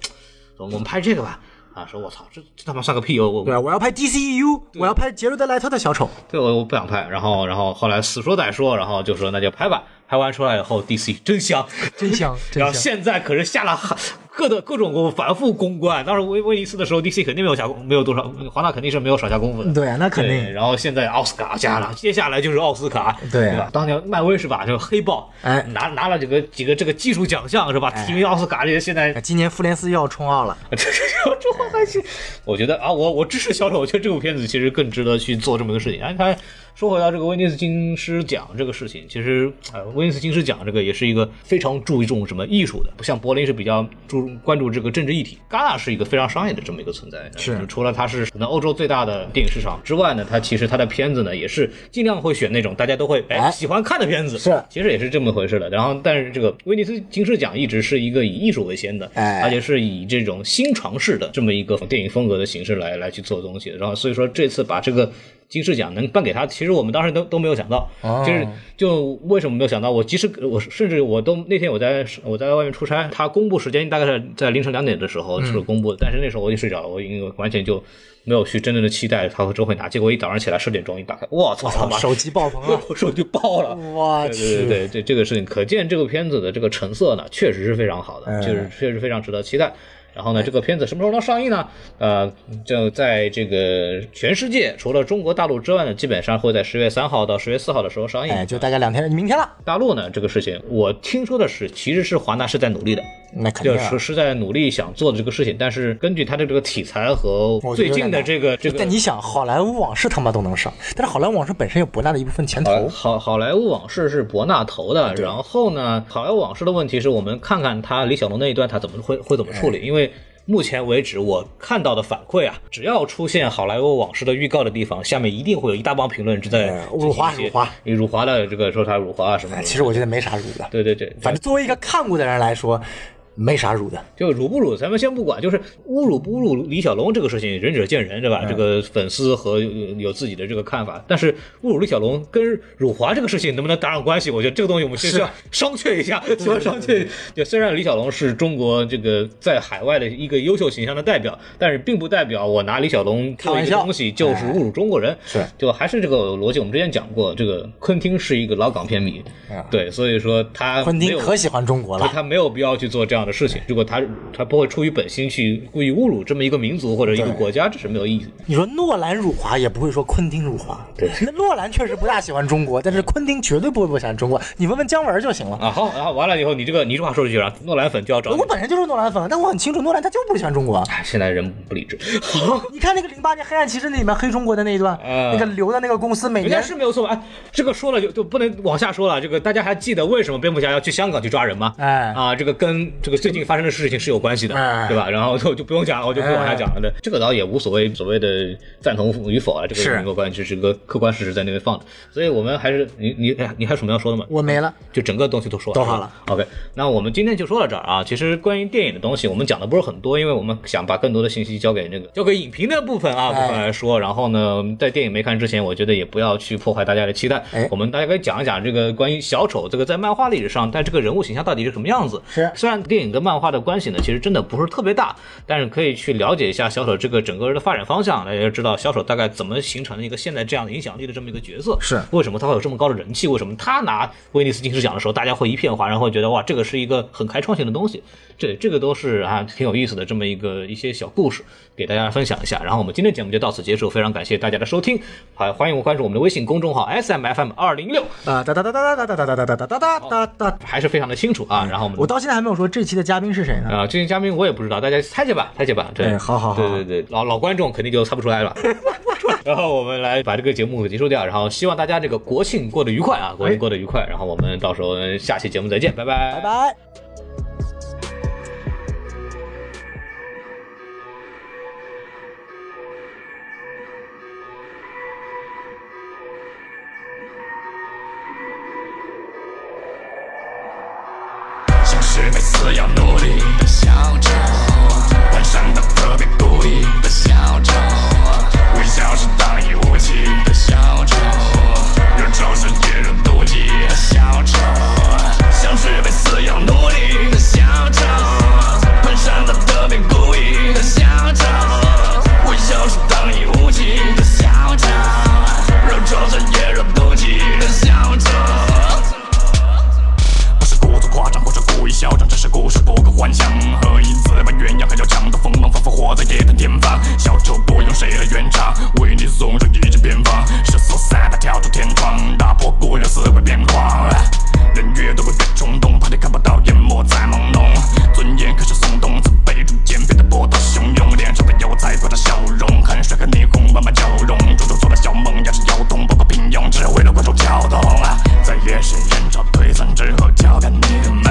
我们拍这个吧。啊，说我操，这这他妈算个屁哦！我
对啊，我要拍 DCEU，我要拍杰瑞德莱特的小丑，
对，我我不想拍。然后，然后后来死说歹说，然后就说那就拍吧。拍完出来以后，DC 真香，
真 香真
然后
香。
现在可是下了 很各的各种功夫，反复攻关。当时威威尼斯的时候，DC 肯定没有下功，没有多少，华纳肯定是没有少下功夫的。
对啊，那肯
对
定。
然后现在奥斯卡加了，接下来就是奥斯卡，
对啊
吧？当年漫威是吧，就是黑豹，
哎
拿拿了几个几个这个技术奖项是吧？提名奥斯卡这些，现在
啊今年复联四又要冲奥了，
这个这个还是，我觉得啊，我我支持小丑，我觉得这部片子其实更值得去做这么一个事情。哎，他说回到这个威尼斯金狮奖这个事情，其实呃，威尼斯金狮奖这个也是一个非常注重什么艺术的，不像柏林是比较注重关注这个政治议题，戛纳是一个非常商业的这么一个存在。呃
是
就除了它是可能欧洲最大的电影市场之外呢，它其实它的片子呢也是尽量会选那种大家都会哎
哎
喜欢看的片子，
是
其实也是这么回事的。然后，但是这个威尼斯金狮奖一直是一个以艺术为先的，
哎
而且是以这种新尝试的这么一个电影风格的形式来来去做东西的。然后，所以说这次把这个金狮奖能颁给他，其实我们当时都都没有想到，
哦
就是就为什么没有想到？我即使我甚至我都那天我在我在外面出差，他公布时间大概是在凌晨两点的时候是公布的，但是那时候我已经睡着了，我因为完全就没有去真正的期待他会真会拿。结果一早上起来十点钟一打开，我操他妈！
手机爆棚
，
了
我手就爆了，
我
对对
去，
对，这这个事情，可见这个片子的这个成色呢，确实是非常好的，
嗯
就是确实非常值得期待。然后呢，这个片子什么时候能上映呢？呃，就在这个全世界除了中国大陆之外呢，基本上会在十月三号到十月四号的时候上映。
哎，就大概两天，明天了，
大陆呢，这个事情我听说的是，其实是华纳是在努力的，
那肯定
就
啊
是是在努力想做的这个事情，但是根据它的这个题材和
我觉得
最
有
近
点
的
难
这个这个，
但你想，好莱坞往事他妈都能上，但是好莱坞往事本身有博纳的一部分前
好莱
途。
呃好好莱坞往事是博纳投的，
啊对
然后呢，好莱坞往事的问题是我们看看他李小龙那一段他怎么会会怎么
哎
处理，因为。目前为止，我看到的反馈啊，只要出现好莱坞往事的预告的地方，下面一定会有一大帮评论之在
哎辱华
进行一些辱
辱华
华的这个说他辱华啊什么
哎，
的。
其实我觉得没啥辱的，
对对对，
反正作为一个看过的人来说，没啥辱的。
就辱不辱，咱们先不管，就是侮辱不侮辱李小龙这个事情，仁者见仁，对
嗯
吧？这个粉丝和有有自己的这个看法，但是侮辱李小龙跟辱华这个事情能不能搭上关系？我觉得这个东西我们需要商榷一 下，需要商榷。就虽然李小龙是中国这个在海外的一个优秀形象的代表，但是并不代表我拿李小龙
开
做
玩
一个
笑哎
东西就是侮辱中国人。
是
就还是这个逻辑，我们之前讲过，这个昆汀是一个老港片迷，对，所以说他
啊昆
没
汀
有
可喜欢中国
就
了，
他没有必要去做这样的事情。如果他他不会出于本心去故意侮辱这么一个民族或者一个国家，这是没有意义的。
你说诺兰辱华也不会说昆汀辱华，
对，
那诺兰确实不大喜欢中国，但是昆汀绝对不会不喜欢中国，你问问姜文就行了。
啊，好，然后完了以后，你这个你这话说出去了，诺兰粉就要找你
我。本身就是诺兰粉，但我很清楚诺兰他就不喜欢中国。啊
哎现在人不理智，好，
你看那个零八年《黑暗骑士》那里面黑中国的那一段，
嗯
那个留的那个公司 每
人家
年
是没有错吧？哎，这个说了就就不能往下说了。这个大家还记得为什么蝙蝠侠要去香港去抓人吗？
哎
啊，这个跟这个最近发生的事情是有关系的，
哎
对吧？然后就就不用讲了，我就不往下讲了。对，这个倒也无所谓所谓的赞同与否啊，这
是
个没有关系，是个客观事实在那边放着。所以我们还是你你哎你还有什么要说的吗？
我没了。
就整个东西都说完
都好了。
OK，那我们今天就说到这儿啊。其实关于电影的东西，我们讲的不是很多，因为我们想把更多的信息交给那个交给影评的部分啊部
哎
分来说。然后呢，在电影没看之前，我觉得也不要去破坏大家的期待。
哎
我们大家可以讲一讲这个关于小丑这个在漫画历史上，但这个人物形象到底是什么样子？
是
虽然电影跟漫画的关系呢，其实真的不是特别大，但是可以去了解一下小丑这个整个的发展方向，大家知道小丑大概怎么形成了一个现在这样的影响力的这么一个角色。
是
为什么他会有这么高的人气？为什么他拿威尼斯金狮奖的时候，大家会一片哗然，会觉得哇，这个是一个很开创性的东西。这这个都是啊挺有意思的这么一个一些小故事，给大家分享一下。然后我们今天节目就到此结束，非常感谢大家的收听，还欢迎关注我们的微信公众号 S M F M 二零六，
啊哒哒哒哒哒哒哒哒哒哒哒哒哒哒哒，
还是非常的清楚啊。然后我们
我到现在还没有说这期的嘉宾是谁呢？
啊，这些嘉宾我也不知道，大家猜猜吧，猜猜吧。对，
哎好好好
对对对，老老观众肯定就猜不出 来了。然后我们来把这个节目给结束掉，然后希望大家这个国庆过得愉快啊，国
哎
庆过得愉快。然后我们到时候呃下期节目再见，拜拜，
拜。拜。
像是每次要努力的小丑，扮上的特别故意的小丑，微笑是荡然无忌的小丑，有招式引人妒忌的小丑，像是每次要努力的小丑，扮上的特别故意的小丑，微笑是荡然无忌的小丑，有招式引人妒忌的小丑。不是故作夸张，或者故意嚣张，只是故事多个幻想。何以自拔鸳鸯还要强的锋芒，仿佛活在夜的天方。小丑不用谁来圆场，为你纵容一阵偏方。世俗三他跳出天窗，打破固有思维边框。人越多会越冲动，怕你看不到淹没在朦胧。尊严开始松动，自卑逐渐变得波涛汹涌，脸上的油彩挂着笑容，汗水和霓虹慢慢交融，处处做了小梦，压制摇动，不够平庸，只为了观众跳动。在夜深人潮退散之后，敲开你的门，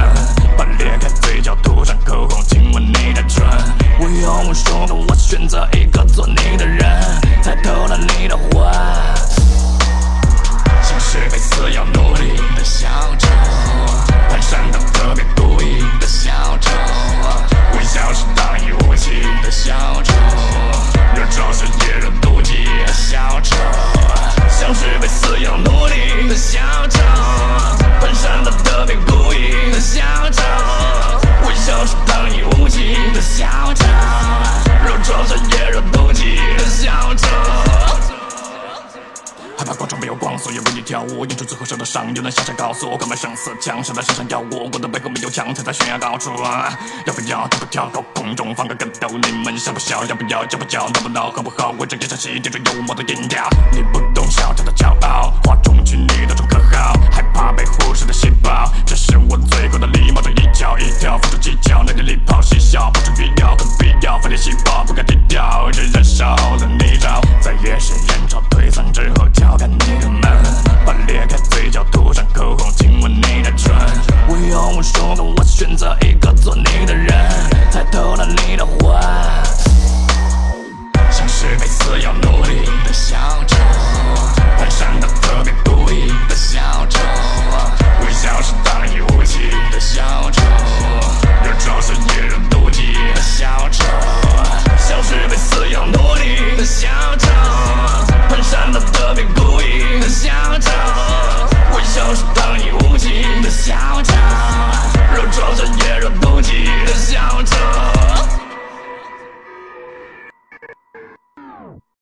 把裂开嘴角涂上口红，亲吻你的唇。我用冲动，我选择一个做你的人，才偷了你的魂。像是每次要努力的小丑，蹒跚的特别故意的小丑，微笑是荡然无忌的小丑，有招式引人妒忌的小丑，像是每次要努力的小丑，蹒跚的特别故意的小丑，微笑是荡然无忌的小丑，有招式引人妒忌的小丑。害怕广场没有光，所以为你跳舞。演出最后受的伤，有人下山告诉我，看门生死枪，谁来身上要我？我的背后没有墙，踩在悬崖高处啊！要不要跳不跳高空中放个跟头？你们笑不笑？要不要要不要？闹不闹？好不好？我这一场戏，点缀幽默的音调。你不懂小丑的骄傲，哗众取你的种可好，害怕被忽视的写